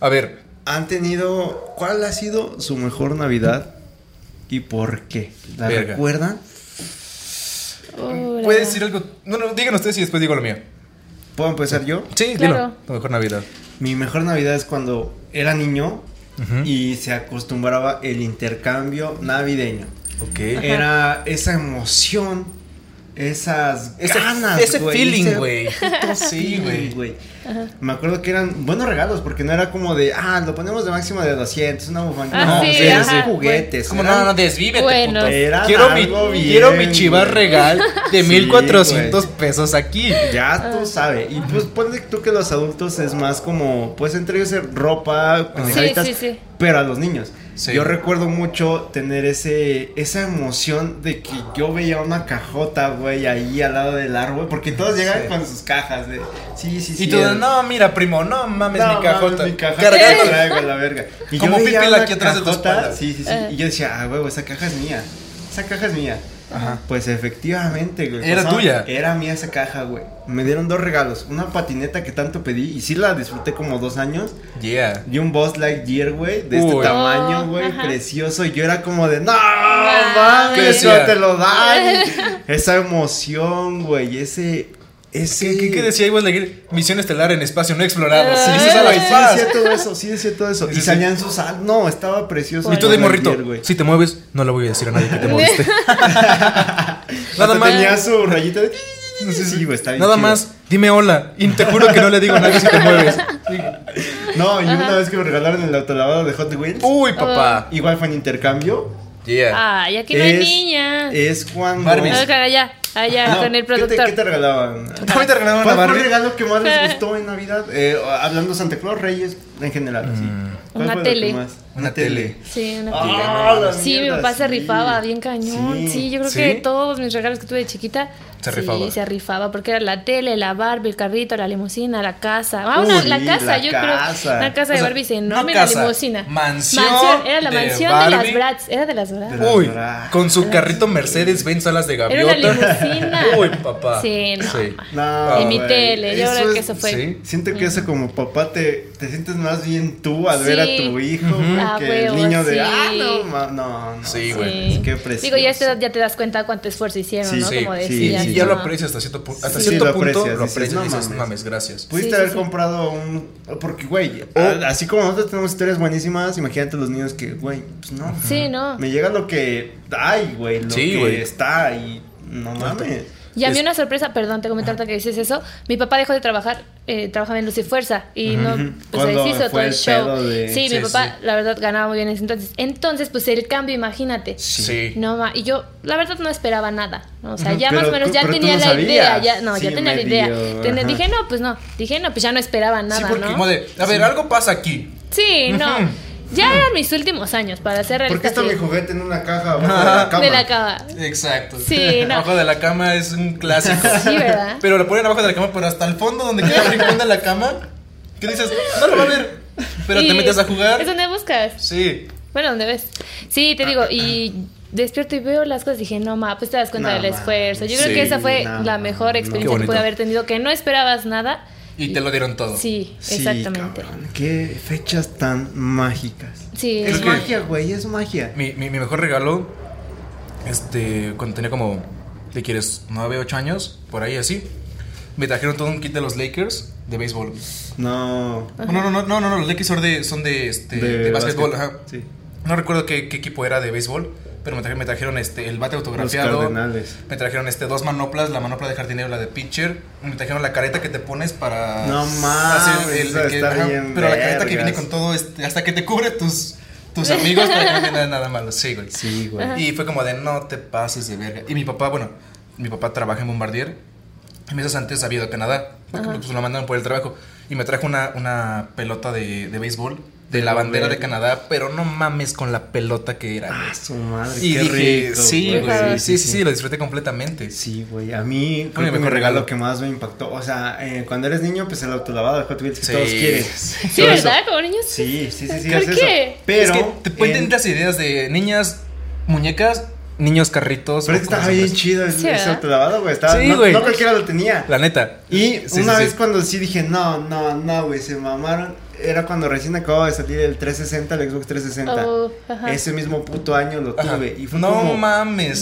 A ver,
¿Han tenido. ¿Cuál ha sido su mejor Navidad y por qué? ¿La
Verga.
recuerdan?
Órale.
¿puedes decir algo? No, no, digan ustedes y después digo lo mío.
¿Puedo empezar yo?
Sí,
Claro.
dilo. Tu mejor Navidad.
Mi mejor Navidad es cuando era niño
Ujú.
y se acostumbraba el intercambio navideño.
Ok. Eh,
Era esa emoción, esas
Ese,
ganas,
ese
güey,
feeling,
ese
güey. *laughs* Sí,
Sí,
güey.
güey. Me acuerdo que eran buenos regalos porque no era como de, ah, lo ponemos de máximo de 200, una bufanda.
Ah,
no,
sí,
eran
ajá,
juguetes.
Como
eran-
no, no, desvívete,
Bueno.
puto.
Eran
Quiero mi,
algo bien,
quiero mi chiva
güey.
regal de
Sí,
1400 pesos aquí.
Ya tú sabes. Y pues ponle tú que los adultos es más como, pues entre ellos es ropa, pendejaditas,
Sí, sí, sí.
pero a los niños.
Sí.
Yo recuerdo mucho tener ese esa emoción de que yo veía una cajota, güey, ahí al lado del árbol, porque todos llegaban
Sí.
con sus cajas de, sí, sí, sí.
Y tú,
el-
no, mira, primo, no mames, mi cajota.
mi cajota
Cargando-
que traigo a la verga. Y
Como
yo veía
Pipi la
una
aquí atrás de tu
cajota,
espalda.
Sí, sí, sí.
Ajá.
Y yo decía, ah, huevo, esa caja es mía. Esa caja es mía.
Ajá.
Pues efectivamente, güey.
Era
Pasaban-
tuya.
Era mía esa caja, güey. Me dieron dos regalos. Una patineta que tanto pedí y sí la disfruté como dos años.
Yeah.
Y un Boss Lightyear, güey, de este
Uy.
tamaño,
Oh,
güey,
ajá.
precioso. Y yo era como de, no, mames, no
decía?
te
*laughs*
lo dan. Esa emoción, güey, ese... ese
¿Qué, qué, qué decía igual de Misión estelar en espacio no explorado? Sí,
Ah,
sí, sí,
güey,
la
sí
paz.
decía todo eso, sí decía todo eso.
Sí,
Y
sí, sí.
salían sus al- No, estaba precioso.
Y tú
el
de
Buzz
morrito,
Lightyear, güey.
si te mueves, no le voy a decir a nadie que te moviste.
Hasta
nada más,
Tenía su rayita de. Sí, güey, está bien.
nada
chido.
más, dime hola. Y te juro que no le digo a nadie si te mueves.
No, y una vez que me regalaron el autolavado de Hot Wheels,
Uy, papá.
igual fue en intercambio.
Yeah.
Ay, aquí no hay niña.
Es cuando.
Barbies.
No, cara, allá, allá,
No,
con el
¿qué te-
productor.
¿Qué te, regalaban?
¿Cómo te
¿Cuál
regalaron una
fue el
Barbie?
regalo que
*laughs*
más les gustó en Navidad? Eh, hablando Santa Claus, Reyes, en general. sí. ¿Cuál
Una
fue lo que
tele.
más?
Mm. Una tele.
Sí, una
Ah, la
Sí, mi
mierda,
papá se
sí.
rifaba bien cañón. Sí, yo creo
¿Sí?
que todos mis regalos que tuve de chiquita.
Se
sí,
rifaba.
se rifaba, porque era la tele, la Barbie, el carrito, la limusina, la casa. Ah, una-
Uy,
la
la
casa, yo
casa.
creo. Una casa
O
de
sea,
Barbie se
no
enorme,
casa,
la limusina.
mansión
Era la
de
mansión de
Barbie.
las Bratz. Era de las Bratz.
De las
Uy,
Bratz.
con su carrito Mercedes Benz alas de
Era una
gaviota.
limusina.
*laughs* Uy, papá.
Sí, no.
No,
Y mi
Ah, güey,
tele, yo
eso
creo que
es-
eso fue. Mm.
sí.
Siento que eso como papá te, te sientes más bien tú al ver a
Sí.
tu hijo güey,
Ah,
que el
huevo,
niño de
sí.
ah no, ma- no, no.
Sí,
Sí.
güey.
Qué precioso.
Digo, ya a esta edad ya te das cuenta cuánto esfuerzo hicieron,
Sí,
¿no?
Sí,
Como
sí,
sí,
decías.
sí, ya lo
¿no?
aprecias hasta cierto, pu- hasta
Sí,
cierto
lo
punto.
aprecias,
lo
dices,
aprecias y
"No
dices,
mames". Pues,
mames, gracias.
Pudiste
Sí, sí,
haber
sí.
comprado un porque güey, a- así como nosotros tenemos historias buenísimas, imagínate los niños que güey, pues no.
Sí, no.
Me llega lo que hay, güey, lo
Sí,
que
güey.
está y no mames.
Y a mí
Es-
una sorpresa, perdón, te comento ahorita que dices eso, mi papá dejó de trabajar, eh, trabajaba en Luz y Fuerza y no
Ujú.
pues, se
Cuando
deshizo todo
fue
el
el
show.
pedo de-
Sí,
Sí,
mi papá
sí.
la verdad ganaba muy bien en ese entonces. Entonces, pues el cambio, imagínate.
Sí.
No, ma- y yo la verdad no esperaba nada, ¿no? o sea, ya
Pero
más o menos
tú-
ya
pero tú
tenía
no
la idea,
sabías.
ya no, ya
Sí,
tenía la
medio,
idea. Ten-
ajá.
Dije, no, pues no, dije, no, pues ya no esperaba nada,
sí, porque
¿no?
como de, a ver, algo pasa aquí.
Sí, no.
Ujú.
Ya eran mis últimos años para hacer
¿Por qué
realistas
está mi
de-
juguete en una caja abajo de la cama?
de la cama.
Exacto. *laughs*
Sí, no.
Abajo de la cama es un clásico.
*laughs* Sí, ¿verdad?
Pero lo ponen abajo de la cama, pero hasta el fondo donde queda el rincón de la cama. ¿Qué dices? No lo va a ver. Pero te
Y
metes a
Es
jugar.
donde buscas.
Sí.
Bueno, ¿dónde ves? Sí, te digo, y despierto y veo las cosas. Dije, no, ma, pues te das cuenta
No,
del
ma,
esfuerzo. Yo
sí,
creo que esa fue
no,
la mejor
no.
Qué
experiencia que
bonito.
pude haber tenido, que no esperabas nada.
Y te lo dieron todo.
Sí,
Oh, Sí,
exactamente.
cabrón, qué fechas tan mágicas.
Sí,
Es
que-
magia, güey, es magia.
Mi, mi, mi mejor regalo, este, cuando tenía como, ¿qué quieres? 9, 8 años, por ahí así. Me trajeron todo un kit de los Lakers de béisbol.
No.
No, no, no, no, no, no, los Lakers son de, son de, este, de, básquetbol,
básquet.
ajá.
Sí.
No recuerdo qué, qué equipo era de béisbol, pero me trajeron, me trajeron este, el bate
Los
autografiado.
cardenales.
Me trajeron este, dos manoplas, la manopla de jardinero y la de pitcher. Me trajeron la careta que te pones para.
No mames,
hacer
esa está bien
Pero la careta que
vergas.
viene con todo, este, hasta que te cubre tus, tus amigos para que no tenga nada malo.
*laughs*
Sí, güey.
Sí, güey.
Y fue como de no te pases de verga. Y mi papá, bueno, mi papá trabaja en Bombardier. Y meses antes había ido a Canadá. Porque pues, lo mandaron por el trabajo. Y me trajo una, una pelota de, de béisbol. De la bandera de Canadá. Pero no mames con la pelota que era. güey.
Ah, su madre.
y
qué
dije,
rico,
sí, güey.
güey.
Sí, sí, sí, lo disfruté completamente.
Sí, güey, a mí
Fue mi
creo que mi
mejor
regalo
regalo.
que más me impactó, o sea, eh, cuando eres niño, pues el autolavado de Hot Wheels que
Sí.
todos quieren.
Sí,
Todo
¿verdad?
eso.
Como niños.
Sí, sí, sí, sí,
¿Por
es
qué?
eso. Pero
es que te
en-
pueden tener las ideas de niñas, muñecas, niños, carritos.
Pero es
o
que estaba
cosas
bien
así.
chido ese-
Sí, ¿verdad?
ese autolavado, güey, estaba
Sí,
no,
güey.
no cualquiera lo tenía.
La neta.
Y
Sí,
una
sí,
vez
sí.
cuando sí dije, no, no, no, güey, se mamaron. Era cuando recién acababa de salir el 360, el Xbox 360.
Oh, ajá.
Ese mismo puto año lo
Ajá.
tuve. Y fue
no
como,
mames.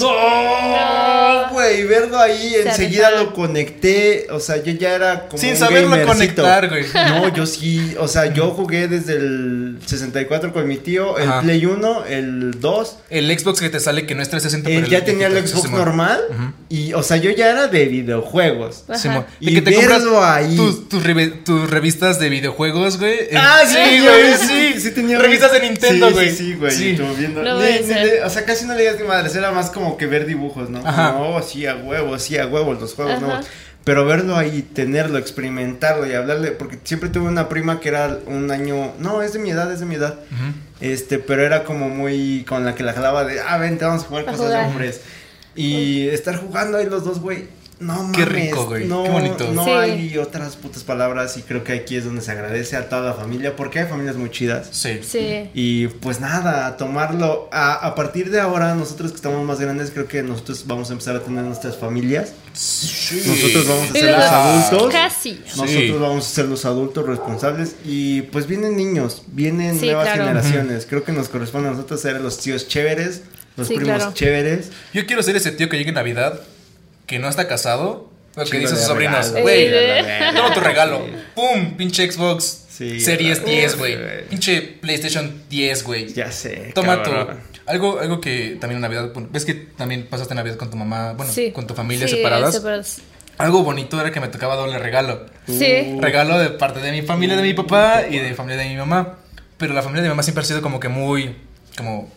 ¡No! Güey, verlo ahí,
Se
enseguida
aventaron.
lo conecté. O sea, yo ya era como.
Sin
un
saberlo
gamercito.
conectar, güey.
No, yo sí. O sea, yo jugué desde el 64 con mi tío, el
Ajá.
Play 1, el 2.
El Xbox que te sale que no es 360,
eh,
pero
ya tenía el
digital,
Xbox
sí, Simón.
normal. Y, o sea, yo ya era de videojuegos.
Ajá.
Simón.
Y
De que te
verlo
compras
ahí.
Tus, tus reve- tus revistas de videojuegos, güey. en-
Ah, sí, güey,
sí,
sí, sí tenía.
Revistas de Nintendo,
Sí,
güey.
Sí, sí, güey. y como viendo-
No
ni-
puede
ni
ser.
le- o sea, casi no leías de madres, era más como que ver dibujos, ¿no?
Ajá.
No, sí, a huevo, sí, a huevo, los juegos
Ajá.
nuevos. Pero verlo ahí, tenerlo, experimentarlo y hablarle, porque siempre tuve una prima que era un año, no, es de mi edad, es de mi edad. Este, pero era como muy con la que la jalaba de, ah, vente, vamos a jugar
A
cosas de
jugar.
hombres. Y estar jugando ahí los dos, güey. No
Qué
mames,
rico, güey,
No,
qué bonito.
No
Sí.
hay otras putas palabras y creo que aquí es donde se agradece a toda la familia porque hay familias muy chidas.
Sí.
Sí.
Y pues nada, a tomarlo. A, a partir de ahora, nosotros que estamos más grandes, creo que nosotros vamos a empezar a tener nuestras familias.
Sí.
Nosotros vamos a
Y
ser los
luego,
adultos.
Casi.
Nosotros
Sí.
vamos a ser los adultos responsables. Y pues vienen niños, vienen
Sí,
nuevas
claro.
generaciones. Creo que nos corresponde a nosotros ser los tíos chéveres, los
Sí,
primos
claro.
chéveres.
Yo quiero ser ese tío que llegue en Navidad, que no está casado, o que dice a
Chingo de
sus sobrinos,
regalos,
güey,
a la
eh,
verga.
toma tu
*laughs*
regalo.
Sí.
¡Pum! Pinche Xbox
Sí,
Series
güey.
10, güey.
Güey.
Pinche PlayStation 10, güey.
Ya sé.
Toma tu.
*laughs*
cabrón.
Algo, algo que también en Navidad. bueno, Ves que también pasaste Navidad con tu mamá, bueno,
Sí.
con tu familia
Sí,
separadas. Uh,
separados.
Algo bonito era que me tocaba doble regalo.
Sí.
Regalo de parte de mi familia, de mi papá y de familia de mi mamá. Pero la familia de mi mamá siempre ha sido como que muy, como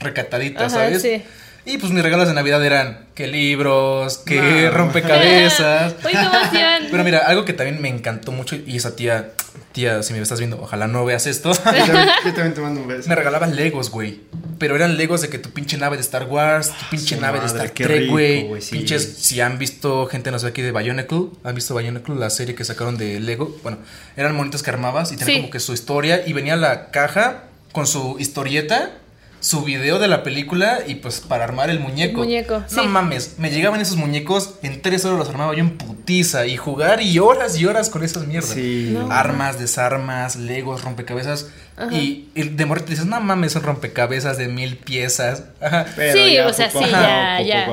recatadita,
Ajá,
¿sabes?
sí.
Y pues mis regalos de Navidad eran que libros, que
No.
*laughs* rompecabezas.
*laughs* Uy, ¿cómo hacían?
Pero mira, algo que también me encantó mucho y esa tía, tía, si me estás viendo, ojalá no veas esto. *laughs*
Yo también, yo también te mando un beso.
Me regalaban Legos, güey. Pero eran Legos de que tu pinche nave de Star Wars, tu pinche
Ah, su
nave
madre,
de Star
qué
Trek,
rico,
güey.
güey, sí.
Pinches, si han visto gente, no sé, aquí de Bionicle. ¿Han visto Bionicle? La serie que sacaron de Lego. Bueno, eran monitos que armabas y tenían
Sí.
como que su historia. Y venía la caja con su historieta, su video de la película y pues para armar el muñeco.
Muñeco,
No
sí.
mames, me llegaban esos muñecos, en tres horas los armaba yo en putiza y jugar y horas y horas con esas mierdas.
Sí. Ah,
No.
Armas, desarmas, legos, rompecabezas. Y, y de morro te dices, no mames, son rompecabezas de mil piezas. Ajá.
Sí, o sea, sí, ya, ya.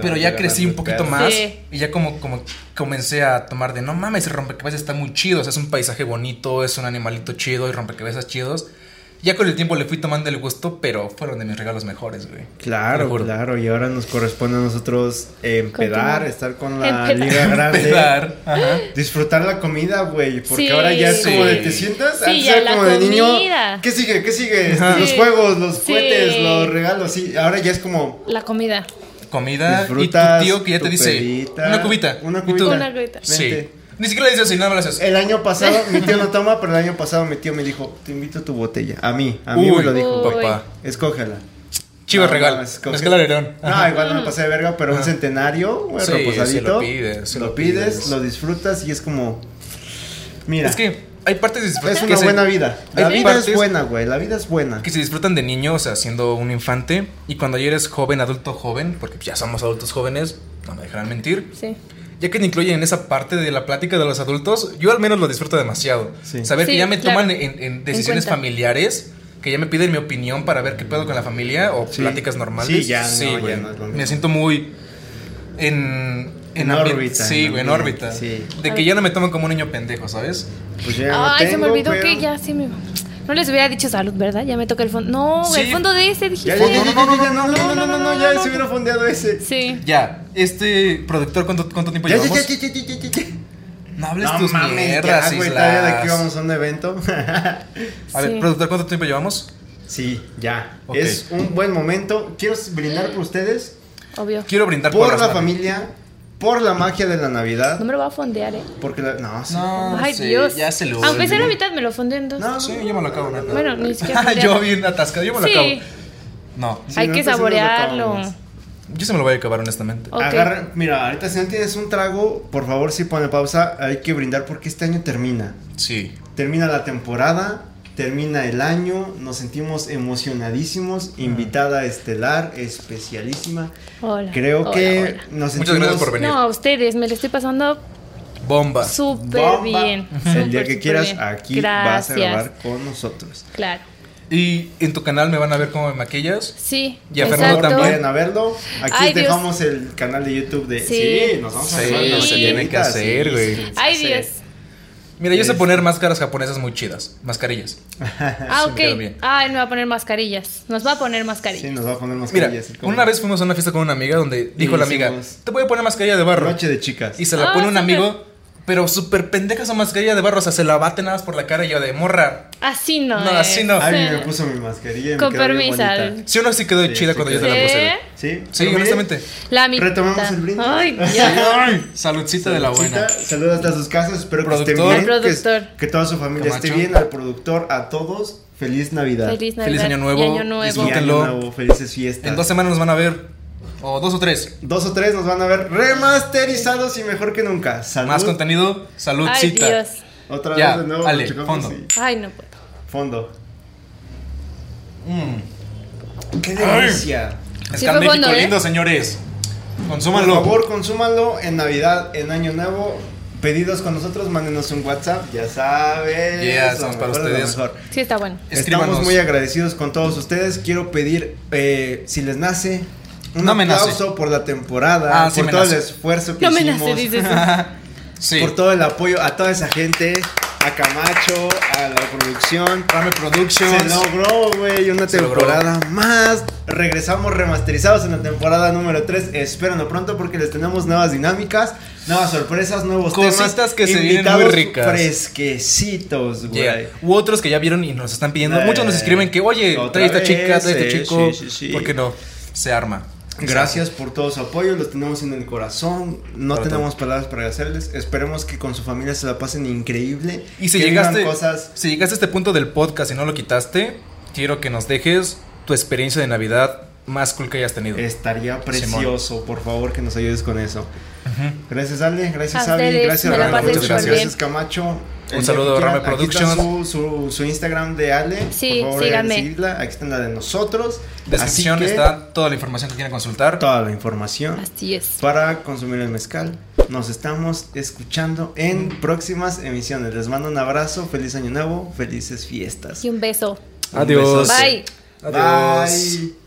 Pero ya crecí un poquito más
Sí.
y ya como, como comencé a tomar de, no mames, el rompecabezas está muy chido, o sea, es un paisaje bonito, es un animalito chido y rompecabezas chidos. Ya con el tiempo le fui tomando el gusto, pero fueron de mis regalos mejores, güey. Te
Claro,
lo juro.
claro, y ahora nos corresponde a nosotros empedar,
Continuar.
estar con la
Empedar.
*laughs*
liga grande.
Empedar, ajá.
Disfrutar la comida, güey, porque
Sí.
ahora ya es como de
Sí.
te sientas,
Sí,
antes
ya
era
la
como de niño,
comida.
¿qué sigue? ¿Qué sigue? Este,
Ajá.
Los
Sí.
juegos, los
Sí.
cohetes, los regalos, sí, ahora ya es como
La comida.
Comida
Disfrutas
Ah, y tu tío que ya
tu
te dice,
pedita,
una cubita.
una
¿Y tú?
cubita.
Una cubita.
Sí.
Vente.
Ni siquiera le dices así, nada más le haces.
el año
*laughs*
pasado mi tío no toma, pero el año pasado mi tío me dijo, "Te invito a tu botella." A mí, a mí me
Uy,
lo dijo.
Uy.
papá.
Escógela.
Chivo
No, no,
regalo.
es como-
Es que la heredón.
No, igual no me pasé de verga, pero un centenario, güey,
Sí,
reposadito.
se lo pides, se
lo,
lo
pides,
pides.
lo disfrutas y es como. Mira,
Es que hay partes de disfrute
es
que
una
se-
buena vida. Pues La
hay
vida es
partes
buena, güey. La vida es buena.
Que se disfrutan de niño, o sea, siendo un infante. Y cuando ya eres joven, adulto joven, porque ya somos adultos jóvenes, no me dejarán mentir.
Sí.
Ya que te incluyen en esa parte de la plática de los adultos, yo al menos lo disfruto demasiado.
Sí.
Saber que
Sí,
ya me
claro.
toman en, en decisiones
cuenta.
familiares, que ya me piden mi opinión para ver qué pedo con la familia o
Sí.
pláticas normales.
Sí, ya no, ya
güey.
no es lo mismo.
Me siento muy en.
En
ambi-
órbita,
Sí,
en
güey, en
ambiente,
órbita.
sí.
De que ya no me toman como un niño pendejo, ¿sabes?
Pues ya no
Ay, se me
tengo,
olvidó
pero-
que ya sí me. No les hubiera dicho salud, ¿verdad? Ya me toca el fondo. No,
Sí.
el fondo de ese dijiste.
Ya, ya, ya, ya, ya, ya, no, no, no, no, no, ya se hubiera fondeado ese.
Sí.
Ya, este productor, ¿cuánto, cuánto tiempo
Ya, ya,
llevamos?
ya, ya, ya, ya, ya, ya.
No hables
Pues No
tus
mames,
mierdas,
ya, güey,
Islas.
todavía de aquí vamos a un evento. *laughs*
A ver,
Sí.
productor, ¿cuánto tiempo llevamos?
sí, ya.
Ok.
Es un buen momento. Quiero brindar por ustedes,
Obvio.
Quiero brindar por,
por la
Navidades.
familia, por la magia de la Navidad.
No me lo va a fondear, ¿eh?
Porque la. No, sí.
No,
Ay,
sí,
Dios.
Ya se lo
Aunque sea la
olvidé.
mitad, me lo fondeó en dos.
No,
Sí, yo me lo acabo. ¿no?
Bueno,
*laughs*
ni siquiera.
yo
fondeado.
bien atascado, yo me lo
Sí,
acabo. No,
Sí,
hay que
no, pues, sí nos lo
saborearlo.
acabamos.
yo se me lo voy a acabar, honestamente.
Ok.
Agarra- mira, ahorita si no tienes un trago, por favor si pone pausa, hay que brindar porque este año termina.
Sí.
Termina la temporada, termina el año, nos sentimos emocionadísimos,
Mm.
invitada estelar, especialísima.
Hola.
Creo
hola,
que
hola.
nos sentimos...
Muchas gracias por venir.
No, a ustedes, me lo estoy pasando
Bomba.
súper
bomba.
bien.
El día
súper,
que
súper
quieras,
bien.
aquí vas a
Gracias.
grabar con nosotros.
Claro.
Y en tu canal me van a ver cómo me maquillas.
Sí.
Y a
Por favor,
Fernando
exacto.
también.
vayan a verlo. Aquí
Ay, Dios.
dejamos el canal de YouTube de... Sí,
Sí.
nos vamos a
Sí,
grabar las
se
tiene que
mañanitas,
hacer,
sí,
güey.
sí,
Ay,
*laughs* sí.
Dios.
Mira, yo sé
Sí.
poner máscaras japonesas muy chidas. Mascarillas.
Ah,
Sí, me quedó
ok.
bien.
Ah, él me va a poner mascarillas. Nos va a poner
Sí,
mascarillas.
nos va a poner más
Mira, una vez fuimos a una fiesta con una amiga donde dijo la amiga,
hicimos-
te voy a poner mascarilla de barro.
Noche de chicas.
Y se la
Ah,
pone un
súper.
amigo, pero súper pendeja esa mascarilla de barro, o sea, se la bate nada más por la cara y yo de morra.
Así no.
No,
es.
así no.
Ay,
Sí.
me puso mi mascarilla y
Con
me quedó bien
permiso.
bonita.
Si uno sí quedó
Sí,
chida
sí
cuando yo te
quedó.
la
¿Eh?
puse. güey.
Sí,
Sí,
pero
honestamente.
La
miren,
mitad.
Retomamos el brindis. *laughs*
Ay, ya.
Ay,
Saludcita de la buena.
Saludos hasta sus casas, espero que estén
Productor.
bien.
Al
que-
productor.
Que, toda su familia esté
Camacho.
bien, al productor, a todos. Feliz Navidad.
Feliz Navidad.
Feliz Año Nuevo.
Y año nuevo.
Y año
Disfrútenlo.
nuevo, felices fiestas.
En dos semanas nos van a ver. O dos o tres.
Dos o tres nos van a ver remasterizados y mejor que nunca. Salud.
Más contenido.
Ay,
Saludcita.
Dios.
Otra
Ya,
vez de nuevo.
Ale,
chocamos
fondo.
y-
Ay, no puedo.
Fondo.
Mm.
Qué delicia.
Sí
Escandélico
fue bueno, ¿eh?
lindo, señores.
Por
Consúmanlo.
favor, consúmanlo en Navidad, en Año Nuevo. Pedidos con nosotros, mándenos un WhatsApp, ya saben.
Yeah,
lo
somos para
mejor de lo
ustedes.
mejor.
Sí, está bueno.
Escríbanos.
Estamos muy agradecidos con todos ustedes. Quiero pedir, eh, si les nace, un
No me nace.
aplauso por la temporada,
Ah, sí
por
me
todo
nace.
el esfuerzo que
No me
*laughs* hicimos,
nace, dices.
*laughs* sí.
por todo el apoyo a toda esa gente. a Camacho, a la producción.
Rame Productions.
Se logró, güey, una
Se logró.
temporada más. Regresamos remasterizados en la temporada número 3. Espérenlo pronto porque les tenemos nuevas dinámicas, nuevas sorpresas, nuevos
Cositas
temas.
que se vienen muy
invitados
ricas.
Fresquecitos, güey.
Yeah. U otros que ya vieron y nos están pidiendo.
Eh,
Muchos nos escriben que, oye,
otra
trae esta
vez,
chica, trae
eh,
este chico.
sí, sí, sí.
¿Por qué no? Se arma.
Gracias por todo su apoyo, los tenemos en el corazón, no
Para
tenemos palabras para agradecerles, esperemos que con su familia se la pasen increíble.
Y si
que vivan
llegaste,
cosas...
si llegaste a este punto del podcast y no lo quitaste, quiero que nos dejes tu experiencia de Navidad más cool que hayas tenido.
Estaría
Simón.
precioso, por favor, que nos ayudes con eso.
Ujú.
Gracias Ale, gracias
A
Abby,
ustedes,
gracias
me la
Rame,
pasé
muchas
súper
gracias,
bien.
gracias, Camacho. El
saludo,
que quieran,
Rame
aquí está
Productions.
su, su- su Instagram de Ale,
Sí,
por favor,
síganme.
seguidla, aquí está la de nosotros.
Descripción
Así que,
está toda la información que quieran consultar.
toda la información.
Así es.
para consumir el mezcal. Nos estamos escuchando en próximas emisiones. Les mando un abrazo, feliz año nuevo, felices fiestas.
Y un beso.
Un beso.
Adiós.
Bye.
Adiós.
Bye.